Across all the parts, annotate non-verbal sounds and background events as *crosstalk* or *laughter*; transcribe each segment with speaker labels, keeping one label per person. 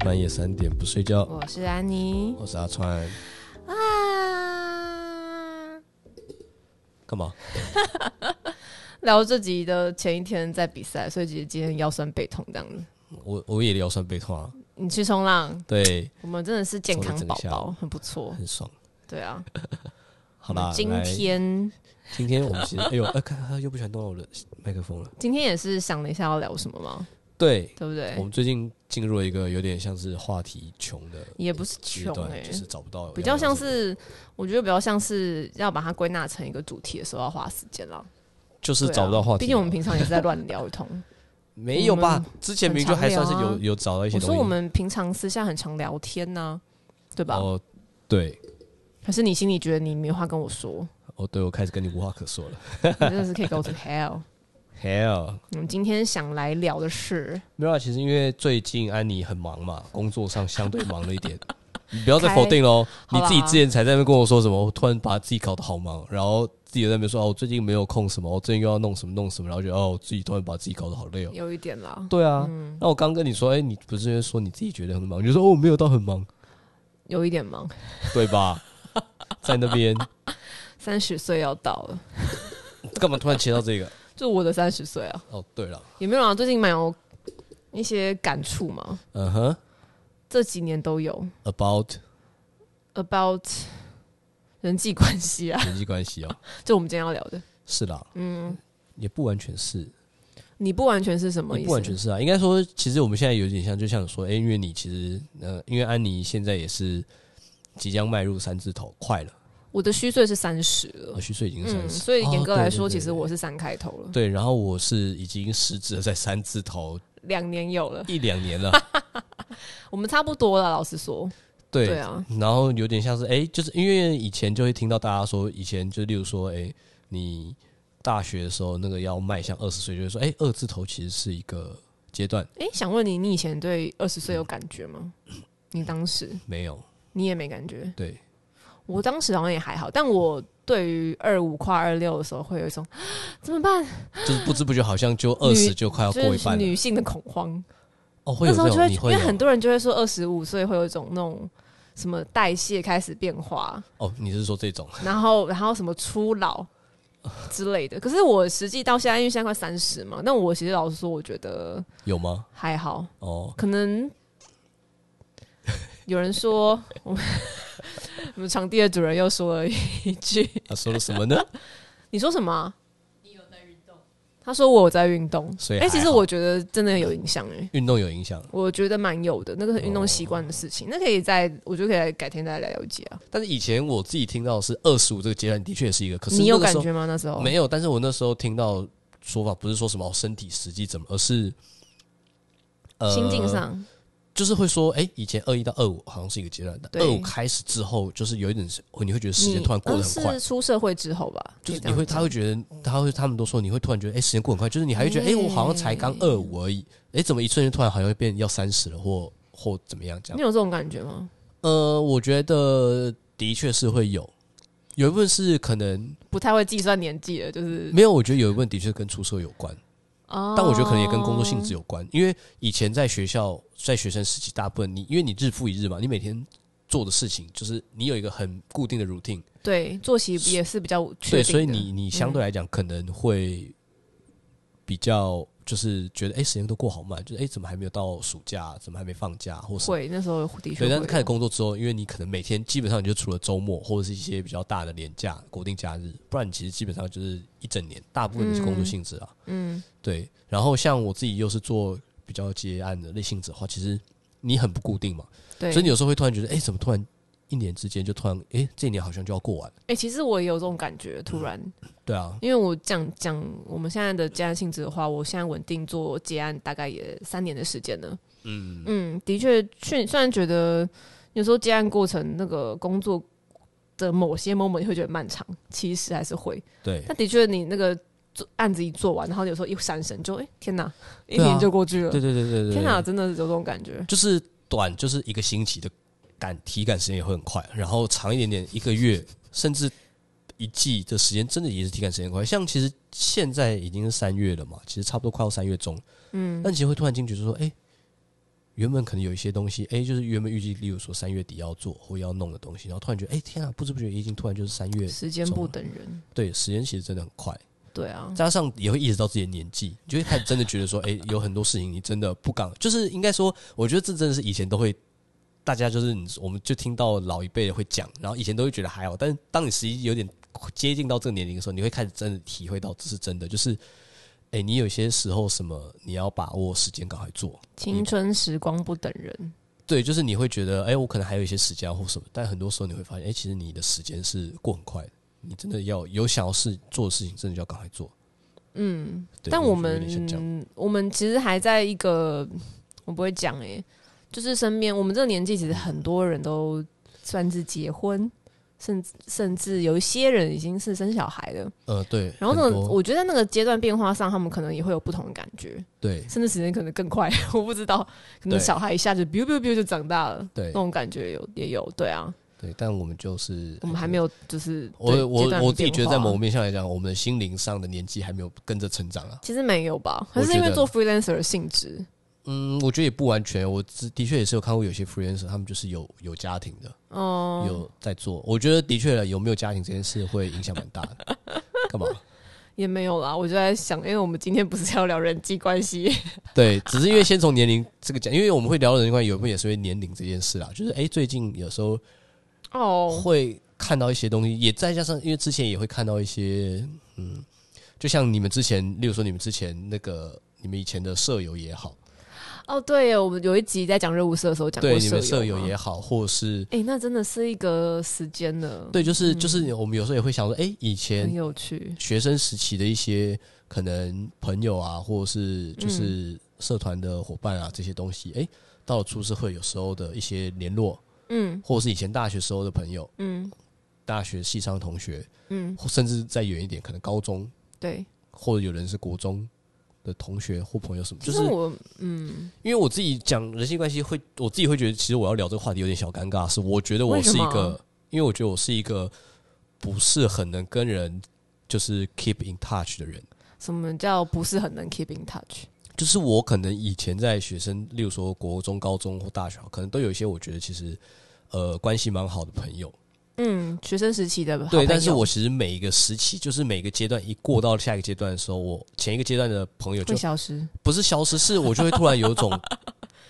Speaker 1: 半夜三点不睡觉。
Speaker 2: 我是安妮
Speaker 1: 我是阿川，
Speaker 2: 啊。
Speaker 1: 干嘛？
Speaker 2: 聊这集的前一天在比赛，所以姐姐今天腰酸背痛这样子。
Speaker 1: 我我也腰酸背痛啊，
Speaker 2: 你去冲浪，
Speaker 1: 对，
Speaker 2: 我们真的是健康
Speaker 1: 冲了整个
Speaker 2: 宝
Speaker 1: 下午
Speaker 2: 宝，很不错。
Speaker 1: 很爽。
Speaker 2: 对啊，
Speaker 1: 好啦，
Speaker 2: 今
Speaker 1: 来
Speaker 2: 天
Speaker 1: 今天我们
Speaker 2: *laughs*
Speaker 1: 其实，哎呦，哎，看他又不喜欢动到我的麦克风了。
Speaker 2: 今天也是想了一下要聊什么嘛，
Speaker 1: 对，
Speaker 2: 对不
Speaker 1: 我
Speaker 2: 对？
Speaker 1: 们最近进入了一个有点像是话题穷的
Speaker 2: 也不是
Speaker 1: 阶
Speaker 2: 穷
Speaker 1: 段，
Speaker 2: 哎、
Speaker 1: 就是找不到，
Speaker 2: 比较像。是，我觉得比较像是要把它归纳成一个主题的时候要花时间了，
Speaker 1: 就是
Speaker 2: 对啊
Speaker 1: 找不到话题了。
Speaker 2: 毕竟我们平常也是在乱聊一
Speaker 1: *laughs*
Speaker 2: 通。
Speaker 1: 没有吧
Speaker 2: 我？
Speaker 1: 之前明明就还算是
Speaker 2: 很常聊
Speaker 1: 有
Speaker 2: 啊
Speaker 1: 有找到一些
Speaker 2: 我
Speaker 1: 东西。
Speaker 2: 说我们平常私下很常聊天呐、对吧？
Speaker 1: 哦，对，
Speaker 2: 可是你心里觉得你没话跟我
Speaker 1: *laughs*
Speaker 2: 说，
Speaker 1: 哦，对，我开始跟你无话可说了。
Speaker 2: 你真的是可以 go to hell。
Speaker 1: Hell，
Speaker 2: 我们今天想来聊的是，
Speaker 1: 没有啊，其实因为最近安妮很忙嘛，工作上相对忙了一点。你不要再
Speaker 2: 开
Speaker 1: 否定喽，
Speaker 2: 好
Speaker 1: 你
Speaker 2: 啦
Speaker 1: 自己之前才在那边跟我说什么，我突然把自己搞得好忙，然后自己在那边说哦，我最近没有空什么，我最近又要弄什么弄什么，然后觉得哦，我自己突然把自己搞得好累哦。
Speaker 2: 有一点啦，
Speaker 1: 对啊，那我刚跟你说，哎，你不是说你自己觉得很忙，你就说哦，我没有到很忙，
Speaker 2: 有一点忙，
Speaker 1: 对吧？在那边
Speaker 2: 三十岁要到了，
Speaker 1: 干嘛突然切到这个？
Speaker 2: 就我的三十岁啊，
Speaker 1: 哦，对了，
Speaker 2: 也没有啊，最近蛮有一些感触嘛，
Speaker 1: 嗯哼
Speaker 2: 这几年都有
Speaker 1: ，about
Speaker 2: about 人际关系啊， *laughs*
Speaker 1: 人际关系哦，
Speaker 2: 就我们今天要聊的，
Speaker 1: 是啦，嗯，也不完全是，
Speaker 2: 你不完全是什么
Speaker 1: 也
Speaker 2: 意思？
Speaker 1: 不完全是啊，应该说，其实我们现在有点像，就像说，哎、因为你其实，呃，因为安妮现在也是即将迈入三字头，快了，
Speaker 2: 我的虚岁是三十了
Speaker 1: 呃，，虚岁已经
Speaker 2: 嗯，
Speaker 1: 三十、
Speaker 2: 所以严格来
Speaker 1: 哦
Speaker 2: 说，
Speaker 1: 对对对
Speaker 2: 其实我
Speaker 1: 对
Speaker 2: 是三开头了，
Speaker 1: 对，然后我是已经实质的在三字头
Speaker 2: 两年有了，
Speaker 1: 一两
Speaker 2: *laughs*
Speaker 1: 年了，
Speaker 2: 我们差不多了，老实说，
Speaker 1: 对，
Speaker 2: 对啊，
Speaker 1: 然后有点像是，哎、就是因为以前就会听到大家说，以前就例如说，哎、你大学的时候那个要迈向二十岁，就会说，哎、二字头其实是一个阶段，
Speaker 2: 哎、想问你，你以前对二十岁有感觉吗？你当时
Speaker 1: 没有，
Speaker 2: 你也没感觉，
Speaker 1: 对，
Speaker 2: 我当时好像也还好，但我对于二五跨二六的时候，会有一种啊怎么办，
Speaker 1: 就是不知不觉好像就二十就快要过
Speaker 2: 就
Speaker 1: 一
Speaker 2: 是
Speaker 1: 半了
Speaker 2: 女。性的恐慌。
Speaker 1: 哦，会
Speaker 2: 那
Speaker 1: 有
Speaker 2: 时
Speaker 1: 这
Speaker 2: 候就会，
Speaker 1: 种，你
Speaker 2: 因
Speaker 1: 会
Speaker 2: 为
Speaker 1: 有
Speaker 2: 很多人就会说二十五岁会有一种那种什么代谢开始变
Speaker 1: *laughs*
Speaker 2: 化，
Speaker 1: 哦，你是说这种？
Speaker 2: 然后然后什么初老之类的。可是我实际到现在，因为现在快三十嘛，但我其实老实说，我觉得
Speaker 1: 有吗？
Speaker 2: 还好，
Speaker 1: 哦，
Speaker 2: 可能有人说， *laughs* 我们我们场地的主人又说了一句 *laughs*
Speaker 1: 他说了什么呢？：“
Speaker 2: 你说什么啊、他说：“我有在运动。”
Speaker 1: 所以
Speaker 2: 哎、
Speaker 1: 还
Speaker 2: 其实
Speaker 1: 好
Speaker 2: 我觉得真的有影响哎、
Speaker 1: 运动有影响，
Speaker 2: 我觉得蛮有的。那个是运动习惯的事
Speaker 1: 哦
Speaker 2: 情，那可以在我就可以来改天再来了解啊。
Speaker 1: 但是以前我自己听到的是二十五这个阶段，的确也是一个，可是
Speaker 2: 你有
Speaker 1: 那个
Speaker 2: 感
Speaker 1: 时候
Speaker 2: 觉吗？那时候
Speaker 1: 没有？但是我那时候听到说法不是说什么、哦身体实际怎么，而是呃
Speaker 2: 心境上
Speaker 1: 就是会说，哎、以前二一到二五好像是一个阶段，但
Speaker 2: 对
Speaker 1: 二五开始之后，就是有一点是你会觉得时
Speaker 2: 你
Speaker 1: 间突然过得很
Speaker 2: 呃
Speaker 1: 快
Speaker 2: 是。出社会之后吧，
Speaker 1: 就是
Speaker 2: 可以这
Speaker 1: 你会，
Speaker 2: 样
Speaker 1: 他会觉得，他会，他们都说你会突然觉得，哎、时间过很快，就是你还会觉得，哎、我好像才刚二五而已，哎、怎么一瞬间突然好像变要三十了，或或怎么样这
Speaker 2: 讲
Speaker 1: 样
Speaker 2: 你？有这种感觉吗？
Speaker 1: 呃，我觉得的确是会有，有一部分是可能
Speaker 2: 不太会计算年纪了，就是
Speaker 1: 没有，我觉得有一部分的确跟出社有关，
Speaker 2: 哦。
Speaker 1: 但我觉得可能也跟工作性质有关，因为以前在学校在学生时期，大部分你因为你日复一日嘛，你每天做的事情就是你有一个很固定的 routine，
Speaker 2: 对作息也是比较确定的嗯
Speaker 1: 对，所以你你相对来讲可能会比较就是觉得哎、诶时间都过好慢，就是哎、诶怎么还没有到暑假，怎么还没放假，或是
Speaker 2: 嗯会那时候的确
Speaker 1: 对，
Speaker 2: 会
Speaker 1: 但
Speaker 2: 有
Speaker 1: 是开始工作之后，因为你可能每天基本上你就除了周末或者是一些比较大的年假、国定假日，不然你其实基本上就是一整年，大部分是工作性质啊。
Speaker 2: 嗯，
Speaker 1: 对，然后像我自己又是做比较接案的类性质的话，其实你很不固定嘛，
Speaker 2: 对，
Speaker 1: 所以你有时候会突然觉得，哎、怎么突然一年之间就突然，哎、这一年好像就要过完了。
Speaker 2: 哎、其实我也有这种感觉，突然，
Speaker 1: 对啊，
Speaker 2: 因为我讲讲我们现在的接案性质的话，我现在稳定做接案大概也三年的时间了。嗯嗯，的确，确虽然觉得有时候接案过程那个工作的某些 moment 会觉得漫长，其实还是会，
Speaker 1: 对，
Speaker 2: 但的确你那个做案子一做完，然后有时候一闪神就哎、天哪，一
Speaker 1: 对啊
Speaker 2: 年就过去了，
Speaker 1: 对对对对对，
Speaker 2: 天哪，真的有这种感觉。
Speaker 1: 就是短就是一个星期的感体感时间也会很快，然后长一点点一个月甚至一季的时间，真的也是体感时间很快。像其实现在已经是三月了嘛，其实差不多快要三月中，嗯，但其实会突然惊觉就说，哎、原本可能有一些东西，哎、就是原本预计，例如说三月底要做或要弄的东西，然后突然觉得，哎、天啊，不知不觉已经突然就是三月，
Speaker 2: 时间不等人，
Speaker 1: 对，时间其实真的很快，
Speaker 2: 对啊，
Speaker 1: 加上也会意识到自己的年纪，你就会开始真的觉得说，哎、有很多事情你真的不敢，就是应该说，我觉得这真的是以前都会，大家就是你，我们就听到老一辈的会讲，然后以前都会觉得还好，但是当你实际有点接近到这个年龄的时候，你会开始真的体会到这是真的，就是，哎、你有些时候什么你要把握时间赶快做，
Speaker 2: 青春时光不等人，
Speaker 1: 对，就是你会觉得，哎、我可能还有一些时间啊或什么，但很多时候你会发现，哎、其实你的时间是过很快的，你真的要有想要事做的事情，真的就要赶快做。
Speaker 2: 嗯，
Speaker 1: 对
Speaker 2: 但我
Speaker 1: 觉得有点像这样
Speaker 2: 们我们其实还在一个，我不会讲诶、就是身边我们这个年纪，其实很多人都算是结婚，甚至甚至有一些人已经是生小孩了。
Speaker 1: 呃，对，
Speaker 2: 然后那
Speaker 1: 很
Speaker 2: 种
Speaker 1: 多
Speaker 2: 我觉得那个阶段变化上，他们可能也会有不同的感觉，
Speaker 1: 对
Speaker 2: 甚至时间可能更快， *laughs* 我不知道，可能
Speaker 1: 对
Speaker 2: 小孩一下就 biu biu biu 就长大了，
Speaker 1: 对
Speaker 2: 那种感觉有也有，对啊，
Speaker 1: 对，但我们就是
Speaker 2: 我们还没有就是对
Speaker 1: 我
Speaker 2: 阶段
Speaker 1: 我我自己
Speaker 2: 变
Speaker 1: 觉得，在
Speaker 2: 化啊
Speaker 1: 某面上来讲，我们的心灵上的年纪还没有跟着成长啊。
Speaker 2: 其实没有吧，
Speaker 1: 我
Speaker 2: 还是因
Speaker 1: 觉
Speaker 2: 为
Speaker 1: 得
Speaker 2: 做 freelancer 的性质，
Speaker 1: 嗯，我觉得也不完全，我只的确也是有看过有些 freelancer，他们就是有有家庭的，
Speaker 2: 哦、
Speaker 1: 有在做。我觉得的确有没有家庭这件事会影响蛮大的。干嘛？
Speaker 2: 也没有啦，我就在想，因为我们今天不是要聊人际关
Speaker 1: *laughs*
Speaker 2: 系，
Speaker 1: 对，只是因为先从年龄这个讲，因为我们会聊的人际关系，有部分也是因为年龄这件事啦。就是哎、最近有时候
Speaker 2: 哦，
Speaker 1: 会看到一些东西，也再加上因为之前也会看到一些，嗯，就像你们之前，例如说你们之前那个你们以前的舍友也好，
Speaker 2: 哦，对耶，我们有一集在讲热舞社的时候讲过
Speaker 1: 对你们舍友
Speaker 2: 嘛
Speaker 1: 也，好，或是
Speaker 2: 哎、那真的是一个时间呢，
Speaker 1: 对，就是就是我们有时候也会想说，哎、以
Speaker 2: 很
Speaker 1: 前
Speaker 2: 有趣，
Speaker 1: 学生时期的一些可能朋友啊，或者是就是社团的伙伴啊，这些东西，哎、到了出社会有时候的一些联络，
Speaker 2: 嗯
Speaker 1: 或者是以前大学时候的朋友，
Speaker 2: 嗯
Speaker 1: 大学系上的同学，
Speaker 2: 嗯，
Speaker 1: 或甚至再远一点，可能高中
Speaker 2: 对，
Speaker 1: 或者有人是国中的同学或朋友什么，
Speaker 2: 其
Speaker 1: 就
Speaker 2: 实
Speaker 1: 是
Speaker 2: 我，嗯，
Speaker 1: 因为我自己讲人际关系会，我自己会觉得，其实我要聊这个话题有点小尴尬，是我觉得我是一
Speaker 2: 为什么
Speaker 1: 个，因为我觉得我是一个不是很能跟人就是 keep in touch 的人，
Speaker 2: 什么叫不是很能 keep in touch？
Speaker 1: 就是我可能以前在学生，例如说国中、高中或大学，可能都有一些我觉得其实呃关系蛮好的朋友，
Speaker 2: 嗯，学生时期的好
Speaker 1: 对，
Speaker 2: 朋
Speaker 1: 但是
Speaker 2: 友
Speaker 1: 我其实每一个时期，就是每个阶段一过到下一个阶段的时候，我前一个阶段的朋友就
Speaker 2: 会消失。
Speaker 1: 不是消失，是我就会突然有
Speaker 2: *laughs*
Speaker 1: 一种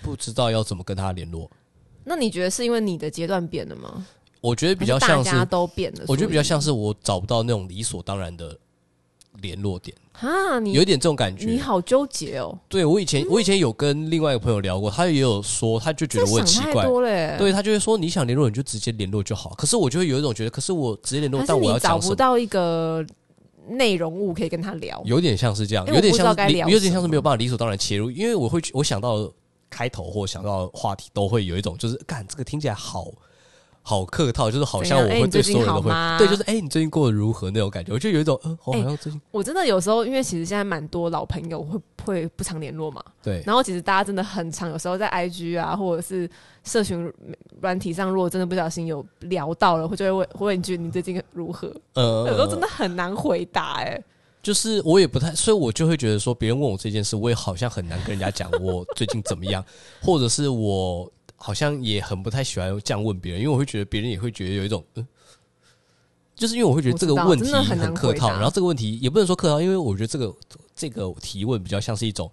Speaker 1: 不知道要怎么跟他联络。
Speaker 2: 那你觉得是因为你的阶段变了吗？
Speaker 1: 我觉得比较
Speaker 2: 还
Speaker 1: 像
Speaker 2: 大
Speaker 1: 是
Speaker 2: 家，都变了，
Speaker 1: 我觉得比较像
Speaker 2: 是
Speaker 1: 是我找不到那种理所当然的联络点，
Speaker 2: 啊，
Speaker 1: 有一
Speaker 2: 你
Speaker 1: 点这种感
Speaker 2: 你
Speaker 1: 觉。
Speaker 2: 好纠结哦，
Speaker 1: 对我以前，我以前有跟另外一个朋友聊过，他也有说，他就觉
Speaker 2: 这
Speaker 1: 得
Speaker 2: 想
Speaker 1: 我很奇
Speaker 2: 太
Speaker 1: 怪。
Speaker 2: 多嘞。
Speaker 1: 对他就会说，你想联络你就直接联络就好。可是我就会有一种觉得，可是我直接联络，
Speaker 2: 还是
Speaker 1: 但我
Speaker 2: 你
Speaker 1: 要
Speaker 2: 找
Speaker 1: 讲什
Speaker 2: 不
Speaker 1: 么？
Speaker 2: 到一个内容物可以跟他聊。
Speaker 1: 有点像是这样，
Speaker 2: 因为
Speaker 1: 有点
Speaker 2: 我不知道
Speaker 1: 像
Speaker 2: 该
Speaker 1: 是理
Speaker 2: 聊
Speaker 1: 有点
Speaker 2: 什
Speaker 1: 像
Speaker 2: 么
Speaker 1: 是没有办法理所当然切入，因为我会去我想到开头或想到话题都会有一种就是，干这个听起来好好客套，就是好像
Speaker 2: 怎
Speaker 1: 我
Speaker 2: 样哎
Speaker 1: 会
Speaker 2: 你最
Speaker 1: 对
Speaker 2: 近
Speaker 1: 所有人都
Speaker 2: 好
Speaker 1: 会
Speaker 2: 吗
Speaker 1: 对，就是哎、你最近过得如何那种感觉，我就有一种嗯，我
Speaker 2: 哎
Speaker 1: 好像最近、
Speaker 2: 我真的有时候，因为其实现在蛮多老朋友会会不常联络嘛，
Speaker 1: 对
Speaker 2: 然后其实大家真的很常，有时候在 IG 啊，或者是社群软体上，如果真的不小心有聊到了，会就会问问一句你最近如何，有时候
Speaker 1: 呃，
Speaker 2: 真的很难回答哎、
Speaker 1: 就是我也不太，所以我就会觉得说，别人问我这件事，我也好像很难跟人家讲我最近怎么样，或者是我好像也很不太喜欢这样问别人，因为我会觉得别人也会觉得有一种嗯。就是因为我会觉得这个
Speaker 2: 我知道
Speaker 1: 问题
Speaker 2: 真的很难
Speaker 1: 客套，
Speaker 2: 回答
Speaker 1: 然后这个问题也不能说客套，因为我觉得这个这个提问比较像是一种，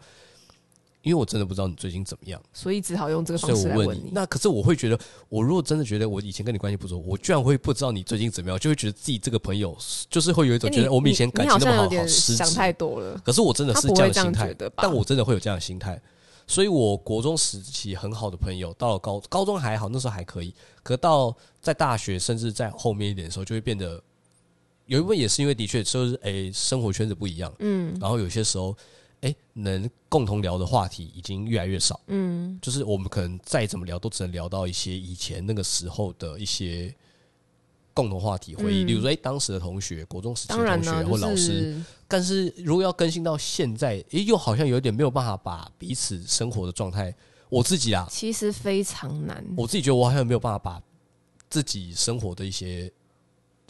Speaker 1: 因为我真的不知道你最近怎么样，
Speaker 2: 所以只好用这个
Speaker 1: 所以
Speaker 2: 方式来
Speaker 1: 我
Speaker 2: 问
Speaker 1: 问你。那可是我会觉得，我如果真的觉得我以前跟你关系不错，我居然会不知道你最近怎么样，就会觉得自己这个朋友就是会有一种
Speaker 2: 哎
Speaker 1: 觉
Speaker 2: 你
Speaker 1: 得我们以
Speaker 2: 你
Speaker 1: 前感
Speaker 2: 你
Speaker 1: 情
Speaker 2: 好
Speaker 1: 那么
Speaker 2: 像
Speaker 1: 好，
Speaker 2: 有点
Speaker 1: 好失
Speaker 2: 想
Speaker 1: 职
Speaker 2: 太多了，
Speaker 1: 可是我真的是
Speaker 2: 他不
Speaker 1: 这
Speaker 2: 会
Speaker 1: 样的心
Speaker 2: 这样觉
Speaker 1: 态
Speaker 2: 得吧，
Speaker 1: 但我真的会有这样的心态，所以我国中时期很好的朋友，到了高高中还好，那时候还可以，可到在大学甚至在后面一点的时候，就会变得有一部分也是因为的确就是诶、生活圈子不一样，
Speaker 2: 嗯
Speaker 1: 然后有些时候诶、能共同聊的话题已经越来越少，
Speaker 2: 嗯，
Speaker 1: 就是我们可能再怎么聊都只能聊到一些以前那个时候的一些。共同话题回忆，
Speaker 2: 嗯
Speaker 1: 例如说，诶、当时的同学，国中时期
Speaker 2: 当
Speaker 1: 的
Speaker 2: 然
Speaker 1: 同学
Speaker 2: 呢，
Speaker 1: 或老
Speaker 2: 就
Speaker 1: 师，
Speaker 2: 是
Speaker 1: 但是如果要更新到现在，诶、又好像有点没有办法把彼此生活的状态，我自己啊，
Speaker 2: 其实非常难，
Speaker 1: 我自己觉得我好像没有办法把自己生活的一些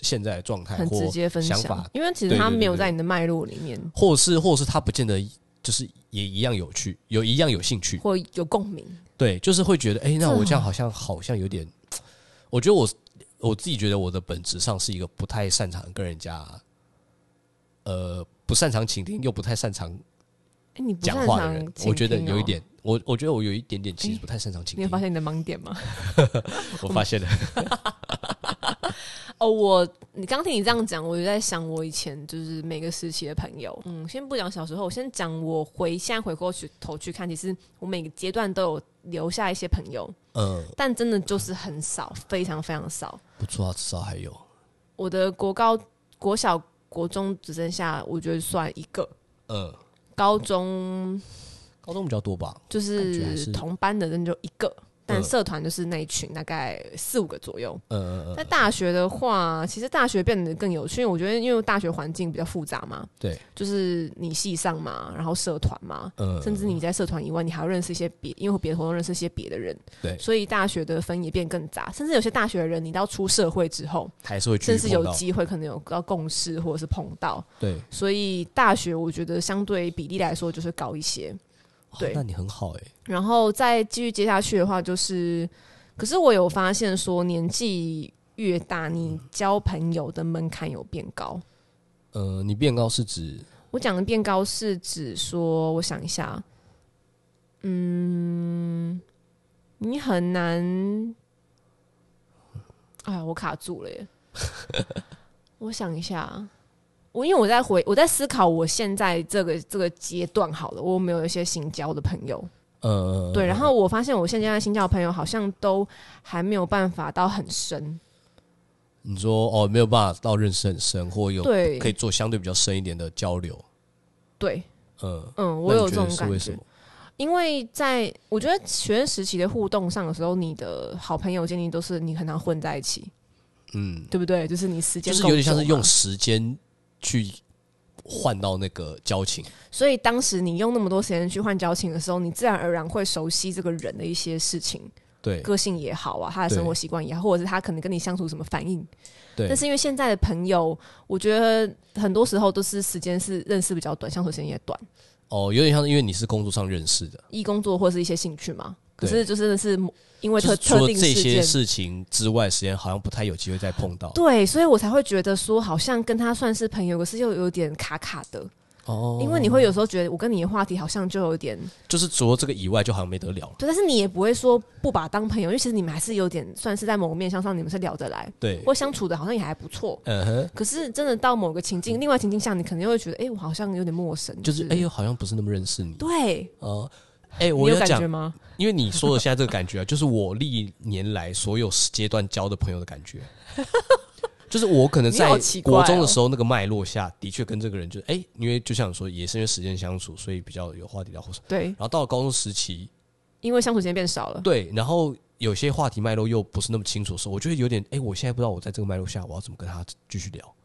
Speaker 1: 现在的状态
Speaker 2: 很
Speaker 1: 或
Speaker 2: 直接分
Speaker 1: 想法
Speaker 2: 享，因为其实
Speaker 1: 对
Speaker 2: 他
Speaker 1: 对对嗯
Speaker 2: 没有
Speaker 1: 对
Speaker 2: 在你的脉络里面。
Speaker 1: 或者是或者是他不见得就是也一样有趣，有一样有兴趣，
Speaker 2: 或有共鸣。
Speaker 1: 对，就是会觉得，哎、那
Speaker 2: 这
Speaker 1: 我这样好像好像有点，我觉得我我自己觉得我的本质上是一个不太擅长跟人家，呃，不擅长倾听，又不太擅长
Speaker 2: 哎、你不
Speaker 1: 讲
Speaker 2: 擅
Speaker 1: 话的人
Speaker 2: 长，倾
Speaker 1: 我觉得
Speaker 2: 听
Speaker 1: 有一
Speaker 2: 哦。
Speaker 1: 点，我我觉得我有一点点其实
Speaker 2: 哎
Speaker 1: 不太擅长倾
Speaker 2: 你有
Speaker 1: 听，
Speaker 2: 发现你的盲点吗？ *laughs*
Speaker 1: 我发现了，
Speaker 2: 哦，我你刚听你这样讲，我就在想我以前就是每个时期的朋友。嗯，先不讲小时候，我先讲我回现在回过去头去看，其实我每个阶段都有留下一些朋友，
Speaker 1: *laughs* 嗯，
Speaker 2: 但真的就是很少，非常非常少。
Speaker 1: 不错啊，至少还有，
Speaker 2: 我的国高、国小、国中只剩下我觉得算一个，
Speaker 1: 嗯，
Speaker 2: 高中
Speaker 1: 高中比较多吧，
Speaker 2: 就
Speaker 1: 感觉还是
Speaker 2: 是同班的人就一个，但
Speaker 1: 嗯
Speaker 2: 社团就是那一群大概四五个左右。
Speaker 1: 嗯嗯嗯，
Speaker 2: 在大学的话，其实大学变得更有趣，因为我觉得因为大学环境比较复杂嘛，
Speaker 1: 对，
Speaker 2: 就是你系上嘛，然后社团嘛，
Speaker 1: 嗯，
Speaker 2: 甚至你在社团以外，你还要认识一些别，因为别的活动认识一些别的人，
Speaker 1: 对
Speaker 2: 所以大学的分也变更杂，甚至有些大学的人，你到出社会之后，
Speaker 1: 还是会去
Speaker 2: 甚至有
Speaker 1: 碰到
Speaker 2: 机会可能有到共事或者是碰到，
Speaker 1: 对，
Speaker 2: 所以大学我觉得相对比例来说就是高一些。
Speaker 1: 哦
Speaker 2: 对
Speaker 1: 那你很好哎、
Speaker 2: 然后再继续接下去的话，就是，可是我有发现说，年纪越大，你交朋友的门槛有变高。
Speaker 1: 呃，你变高是指
Speaker 2: 我讲的变高是指说，我想一下，嗯，你很难，哎呀，我卡住了耶。我想一下，我因为我在回，我在思考我现在这个这个阶段好了，我有没有一些新交的朋友？
Speaker 1: 呃，
Speaker 2: 对，啊然后我发现我现在新交的朋友好像都还没有办法到很深，
Speaker 1: 你说哦，没有办法到认识很深，或有
Speaker 2: 对
Speaker 1: 可以做相对比较深一点的交流，
Speaker 2: 对，
Speaker 1: 嗯，
Speaker 2: 嗯，
Speaker 1: 那
Speaker 2: 我
Speaker 1: 你
Speaker 2: 有
Speaker 1: 觉
Speaker 2: 这
Speaker 1: 得
Speaker 2: 种
Speaker 1: 是
Speaker 2: 感
Speaker 1: 为什
Speaker 2: 觉
Speaker 1: 么，？
Speaker 2: 因为在我觉得学生时期的互动上的时候，你的好朋友建立都是你很常混在一起，
Speaker 1: 嗯，
Speaker 2: 对不对？就是你时间
Speaker 1: 就是
Speaker 2: 够
Speaker 1: 有点像
Speaker 2: 久
Speaker 1: 是用
Speaker 2: 嘛
Speaker 1: 时间去换到那个交情，
Speaker 2: 所以当时你用那么多时间去换交情的时候，你自然而然会熟悉这个人的一些事情，
Speaker 1: 对
Speaker 2: 个性也好啊，他的
Speaker 1: 对
Speaker 2: 生活习惯也好，或者是他可能跟你相处什么反应。
Speaker 1: 对
Speaker 2: 但，是因为现在的朋友，我觉得很多时候都是时间是认识比较短，相处时间也短。
Speaker 1: 哦，有点像是因为你是工作上认识的，
Speaker 2: 一工作或是一些兴趣嘛。可
Speaker 1: 对
Speaker 2: 是就真的是因为
Speaker 1: 就
Speaker 2: 特
Speaker 1: 是除
Speaker 2: 特
Speaker 1: 了
Speaker 2: 定
Speaker 1: 这
Speaker 2: 事
Speaker 1: 些
Speaker 2: 件，
Speaker 1: 事情之外，时间好像不太有机会再碰到。
Speaker 2: 对，所以我才会觉得说，好像跟他算是朋友，可是又有点卡卡的，
Speaker 1: 哦，
Speaker 2: 因为你会有时候觉得我跟你的话题好像就有点
Speaker 1: 就是除了这个以外，就好像没得聊了。
Speaker 2: 对，但是你也不会说不把他当朋友，因为其实你们还是有点算是在某个面向上你们是聊得来，
Speaker 1: 对，
Speaker 2: 或相处的好像也还不错。
Speaker 1: 嗯哼，
Speaker 2: 可是真的到某个情境，另外情境下，你可能又会觉得，哎、我好像有点陌生，
Speaker 1: 嗯就是哎呦，好像不是那么认识你。
Speaker 2: 对，
Speaker 1: 哦，
Speaker 2: 嗯
Speaker 1: 哎，
Speaker 2: 你
Speaker 1: 我
Speaker 2: 有
Speaker 1: 要
Speaker 2: 感
Speaker 1: 讲
Speaker 2: 觉，吗？
Speaker 1: 因为你说的现在这个感觉啊，就是我历年来所有阶段交的朋友的
Speaker 2: *laughs*
Speaker 1: 感觉，就是我可能在
Speaker 2: 你好奇怪哦
Speaker 1: 国中的时候那个脉络下，的确跟这个人就是哎、因为就像你说，也是因为时间相处，所以比较有话题聊或什么。
Speaker 2: 对
Speaker 1: 然，后到了高中时期，
Speaker 2: 因为相处时间变少了，
Speaker 1: 对，然后有些话题脉络又不是那么清楚的时候，我就会有点哎、我现在不知道我在这个脉络下我要怎么跟他继续聊。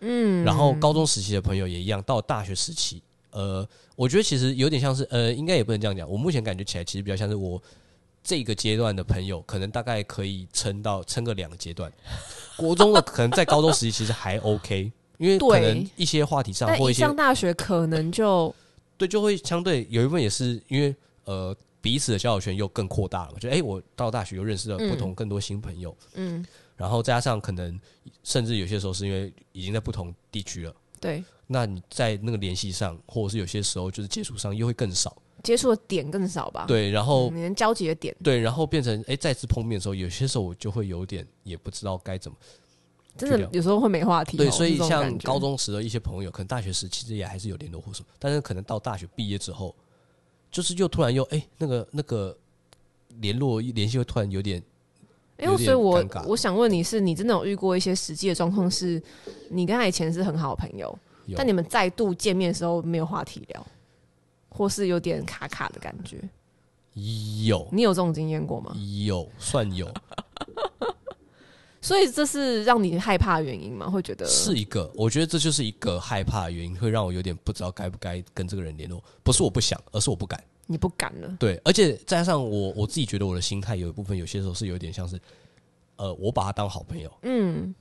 Speaker 2: 嗯，
Speaker 1: 然后高中时期的朋友也一样，到大学时期，呃，我觉得其实有点像是，呃，应该也不能这样讲。我目前感觉起来，其实比较像是我这个阶段的朋友，可能大概可以撑到撑个两个阶段。国中的可能在高中时期其实还 OK，因为可
Speaker 2: 对
Speaker 1: 能一些话题上
Speaker 2: 但
Speaker 1: 或
Speaker 2: 一
Speaker 1: 一些
Speaker 2: 上大学可能就
Speaker 1: 对就会相对有一部分也是因为呃彼此的交友圈又更扩大了嘛，就哎、我到大学又认识了不同更多新朋友，
Speaker 2: 嗯，
Speaker 1: 然后再加上可能甚至有些时候是因为已经在不同地区了。
Speaker 2: 对，
Speaker 1: 那你在那个联系上，或者是有些时候就是接触上又会更少，
Speaker 2: 接触的点更少吧？，
Speaker 1: 对，然后、
Speaker 2: 嗯、你能交集的点
Speaker 1: 对，然后变成哎、诶再次碰面的时候，有些时候我就会有点也不知道该怎么，
Speaker 2: 真的
Speaker 1: 就这样
Speaker 2: 有时候会没话题哦、
Speaker 1: 对，所以
Speaker 2: 这种
Speaker 1: 像
Speaker 2: 感觉
Speaker 1: 高中时的一些朋友，可能大学时其实也还是有联络或什么，但是可能到大学毕业之后，就是又突然又哎、诶那个那个联络联系会突然有点
Speaker 2: 哎、
Speaker 1: 有
Speaker 2: 所
Speaker 1: 点
Speaker 2: 以我
Speaker 1: 尴尬
Speaker 2: 我想问你是，你真的有遇过一些实际的状况，是你跟他以前是很好的朋友，
Speaker 1: 有
Speaker 2: 但你们再度见面的时候没有话题聊，或是有点卡卡的感觉，
Speaker 1: 有
Speaker 2: 你有这种经验过吗？
Speaker 1: 嗯有算有
Speaker 2: 所以这是让你害怕的原因吗？会觉得
Speaker 1: 是一个，我觉得这就是一个害怕的原因，会让我有点不知道该不该跟这个人联络，不是我不想，而是我不敢。
Speaker 2: 你不敢了，
Speaker 1: 对，而且再加上我我自己觉得我的心态有一部分有些时候是有点像是，呃，我把他当好朋友，
Speaker 2: 嗯，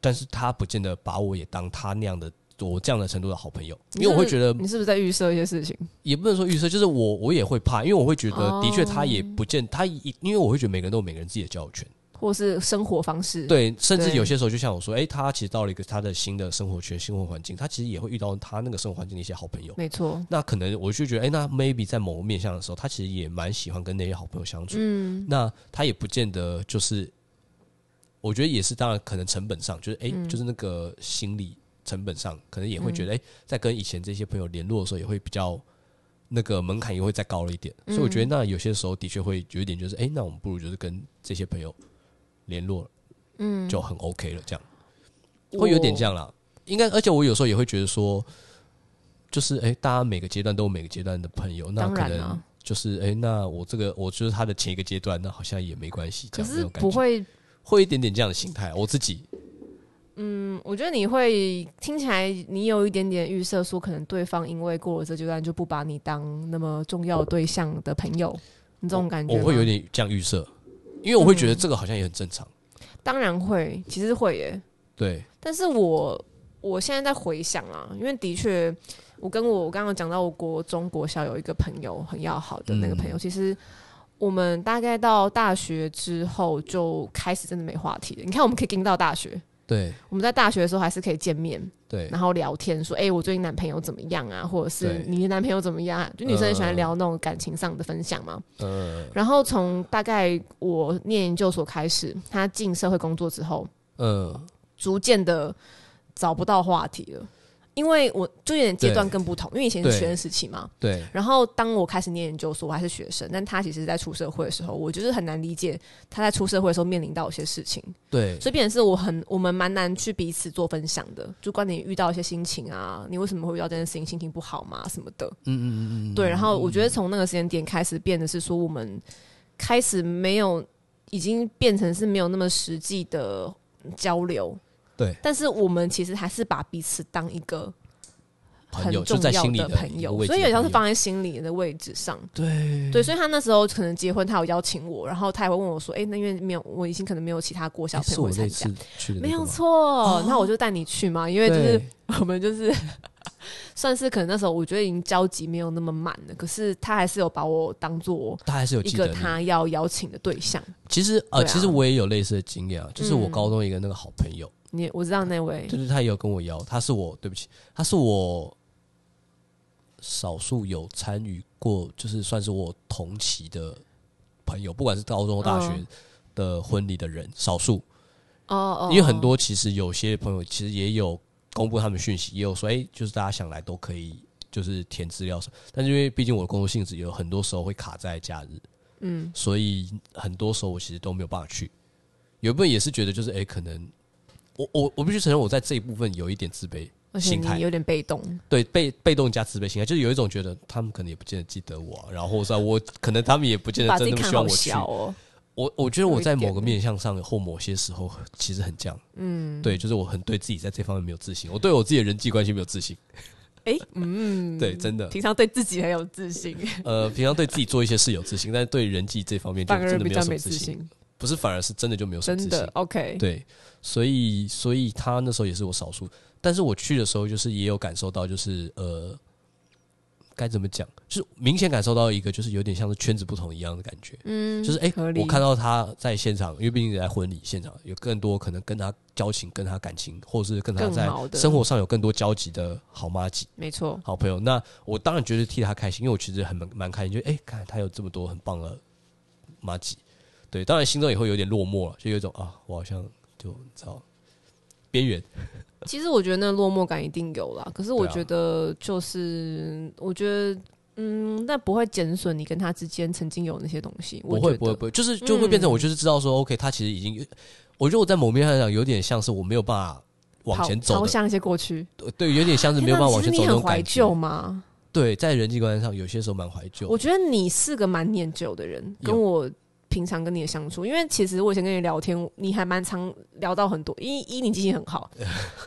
Speaker 1: 但是他不见得把我也当他那样的我这样的程度的好朋友，因为我会觉得
Speaker 2: 你是不是在预设一些事情？
Speaker 1: 也不能说预设，就是我我也会怕，因为我会觉得
Speaker 2: 哦
Speaker 1: 的确他也不见他一，因为我会觉得每个人都有每个人自己的交友圈，
Speaker 2: 或是生活方式？，
Speaker 1: 对，甚至
Speaker 2: 对
Speaker 1: 有些时候就像我说，诶，他其实到了一个他的新的生活圈、新活环境，他其实也会遇到他那个生活环境的一些好朋友。
Speaker 2: 没错。
Speaker 1: 那可能我就觉得，诶，哎那 maybe 在某个面向的时候，他其实也蛮喜欢跟那些好朋友相处。
Speaker 2: 嗯，
Speaker 1: 那他也不见得就是，我觉得也是，当然可能成本上，就是诶，
Speaker 2: 嗯
Speaker 1: 就是那个心理成本上，可能也会觉得，诶，哎在跟以前这些朋友联络的时候，也会比较那个门槛也会再高了一点。
Speaker 2: 嗯
Speaker 1: 所以我觉得，那有些时候的确会有一点，就是诶，哎那我们不如就是跟这些朋友联络，嗯，就很 OK 了，这样会有点这样啦。应该，而且我有时候也会觉得说，就是诶，大家每个阶段都有每个阶段的朋友，那
Speaker 2: 当
Speaker 1: 可
Speaker 2: 然
Speaker 1: 能
Speaker 2: 啊。
Speaker 1: 就是哎、诶那我这个我就是他的前一个阶段，那好像也没关系，这
Speaker 2: 可
Speaker 1: 样那
Speaker 2: 是
Speaker 1: 种感
Speaker 2: 不
Speaker 1: 觉，
Speaker 2: 会，
Speaker 1: 会一点点这样的心态。我自己
Speaker 2: 嗯，我觉得你会听起来，你有一点点预设，说可能对方因为过了这阶段就不把你当那么重要对象的朋友，你这种感觉
Speaker 1: 我会有
Speaker 2: 吗嗯
Speaker 1: 点这样预设，因为我会觉得这个好像也很正常。
Speaker 2: 当然会，其实会耶。
Speaker 1: 对，
Speaker 2: 但是我我现在在回想啊，因为的确，我跟我我刚刚讲到我国中国小有一个朋友很要好的那个朋
Speaker 1: 嗯
Speaker 2: 友，其实我们大概到大学之后就开始真的没话题了。你看，我们可以跟到大学，
Speaker 1: 对，
Speaker 2: 我们在大学的时候还是可以见面，
Speaker 1: 对，
Speaker 2: 然后聊天说，哎、我最近男朋友怎么样啊，或者是
Speaker 1: 对嗯
Speaker 2: 你的男朋友怎么样、啊？就女生很喜欢聊那种感情上的分享嘛。
Speaker 1: 呃，
Speaker 2: 然后从大概我念研究所开始，他进社会工作之后，
Speaker 1: 嗯，
Speaker 2: 逐渐的找不到话题了，因为我就有点阶段更不同，因为以前是
Speaker 1: 对
Speaker 2: 学生时期嘛。
Speaker 1: 对，
Speaker 2: 然后当我开始念研究所，我还是学生，但他其实在出社会的时候，我就是很难理解他在出社会的时候面临到一些事情，
Speaker 1: 对，
Speaker 2: 所以变成是我很我们蛮难去彼此做分享的，就关于遇到一些心情啊，你为什么会遇到这件事情，心情不好嘛什么的，
Speaker 1: 嗯嗯嗯嗯，
Speaker 2: 对。然后我觉得从那个时间点开始，变得是说我们开始没有，已经变成是没有那么实际的交流，
Speaker 1: 对，
Speaker 2: 但是我们其实还是把彼此当一个很
Speaker 1: 朋友就
Speaker 2: 重
Speaker 1: 在
Speaker 2: 要
Speaker 1: 心里嗯的
Speaker 2: 朋
Speaker 1: 一个
Speaker 2: 友，
Speaker 1: 位
Speaker 2: 所以
Speaker 1: 置的
Speaker 2: 也像是
Speaker 1: 朋友
Speaker 2: 放在心里的位置上。
Speaker 1: 对
Speaker 2: 对，所以他那时候可能结婚，他有邀请我，然后他也会问我说：“哎、那因为没有，我已经可能没有其他国小
Speaker 1: 诶
Speaker 2: 朋
Speaker 1: 是
Speaker 2: 友
Speaker 1: 我
Speaker 2: 会
Speaker 1: 那
Speaker 2: 参加
Speaker 1: 次，去的那
Speaker 2: 没
Speaker 1: 个
Speaker 2: 有
Speaker 1: 吗，哦
Speaker 2: 错。”那我就带你去嘛，因为就是 *laughs*
Speaker 1: 对
Speaker 2: 我们就是算是可能那时候我觉得已经交集没有那么满了，可是他还是有把我当做
Speaker 1: 他还是有
Speaker 2: 一
Speaker 1: 记
Speaker 2: 个
Speaker 1: 得你。
Speaker 2: 他要邀请的对象。
Speaker 1: 其实呃，
Speaker 2: 对啊
Speaker 1: 其实我也有类似的经验啊，就是我
Speaker 2: 嗯
Speaker 1: 高中一个那个好朋友，
Speaker 2: 你我知道那位
Speaker 1: 就是他也有跟我邀，他是我对不起，他是我少数有参与过，就是算是我同期的朋友，不管是高中或大学
Speaker 2: 嗯
Speaker 1: 的婚礼的人，少数，
Speaker 2: 哦哦，
Speaker 1: 因为很
Speaker 2: 哦
Speaker 1: 多其实有些朋友其实也有公布他们讯息，也有说，哎、就是大家想来都可以，就是填资料什么，但是因为毕竟我的工作性质有很多时候会卡在假日，
Speaker 2: 嗯
Speaker 1: 所以很多时候我其实都没有办法去。有一部分也是觉得，就是哎、诶可能我我我必须承认，我在这一部分有一点自卑
Speaker 2: 而且
Speaker 1: 心态
Speaker 2: 你，有点被动。
Speaker 1: 对被被动加自卑心态，就是有一种觉得他们可能也不见得记得我啊、然后我知道我可能他们也不见
Speaker 2: 把
Speaker 1: 得
Speaker 2: 自
Speaker 1: 真
Speaker 2: 己
Speaker 1: 的那么
Speaker 2: 看
Speaker 1: 希望
Speaker 2: 好小
Speaker 1: 我去。
Speaker 2: 哦。
Speaker 1: 我我觉得我在某
Speaker 2: 有
Speaker 1: 个
Speaker 2: 一点
Speaker 1: 面向上或某些时候其实很犟，嗯，对，就是我很对自己在这方面没有自信，我对我自己的人际关系没有自信，
Speaker 2: 哎、嗯，
Speaker 1: 对，真的，
Speaker 2: 平常对自己很有自信，
Speaker 1: 呃，平常对自己做一些事有自信，但是对人际这方面就
Speaker 2: 反而
Speaker 1: 真的
Speaker 2: 比
Speaker 1: 没有
Speaker 2: 较
Speaker 1: 什么
Speaker 2: 没
Speaker 1: 自
Speaker 2: 自
Speaker 1: 信，
Speaker 2: 信，
Speaker 1: 不是反而是真的就没有什么自
Speaker 2: 真
Speaker 1: 信
Speaker 2: 的，。OK，
Speaker 1: 对，所以所以他那时候也是我少数，但是我去的时候就是也有感受到，就是呃，该怎么讲，就是明显感受到一个就是有点像是圈子不同一样的感觉，
Speaker 2: 嗯，
Speaker 1: 就是哎、
Speaker 2: 合理
Speaker 1: 我看到他在现场，因为毕竟在婚礼现场有更多可能跟他交情、跟他感情，或者是跟他
Speaker 2: 更
Speaker 1: 在
Speaker 2: 好的
Speaker 1: 生活上有更多交集的好妈吉、
Speaker 2: 没错，
Speaker 1: 好朋友，那我当然觉得替他开心，因为我其实很蛮蛮开心，就哎、看他有这么多很棒的妈吉，对，当然心中也会有点落寞了，就有一种啊，我好像就你知道边缘，
Speaker 2: 其实我觉得那落寞感一定有啦，可是我
Speaker 1: 对啊
Speaker 2: 觉得就是，我觉得。嗯，那不会减损你跟他之间曾经有那些东西。我
Speaker 1: 不会
Speaker 2: 觉
Speaker 1: 不会
Speaker 2: 得嗯
Speaker 1: 不会，就是就会变成我就是知道说、o k 他其实已经，我觉得我在某面上讲有点像是我没有办法往
Speaker 2: 跑
Speaker 1: 前走
Speaker 2: 跑
Speaker 1: 的，
Speaker 2: 向一些过去，
Speaker 1: 对，有点像是没有办法往前
Speaker 2: 天哪其实你
Speaker 1: 走那种
Speaker 2: 很怀
Speaker 1: 感
Speaker 2: 旧
Speaker 1: 觉，
Speaker 2: 吗？
Speaker 1: 对，在人际关系上有些时候蛮怀旧
Speaker 2: 我，觉得你是个蛮念旧的人，
Speaker 1: 有
Speaker 2: 跟我平常跟你的相处，因为其实我以前跟你聊天，你还蛮常聊到很多，一一你记性很
Speaker 1: *laughs*
Speaker 2: 好，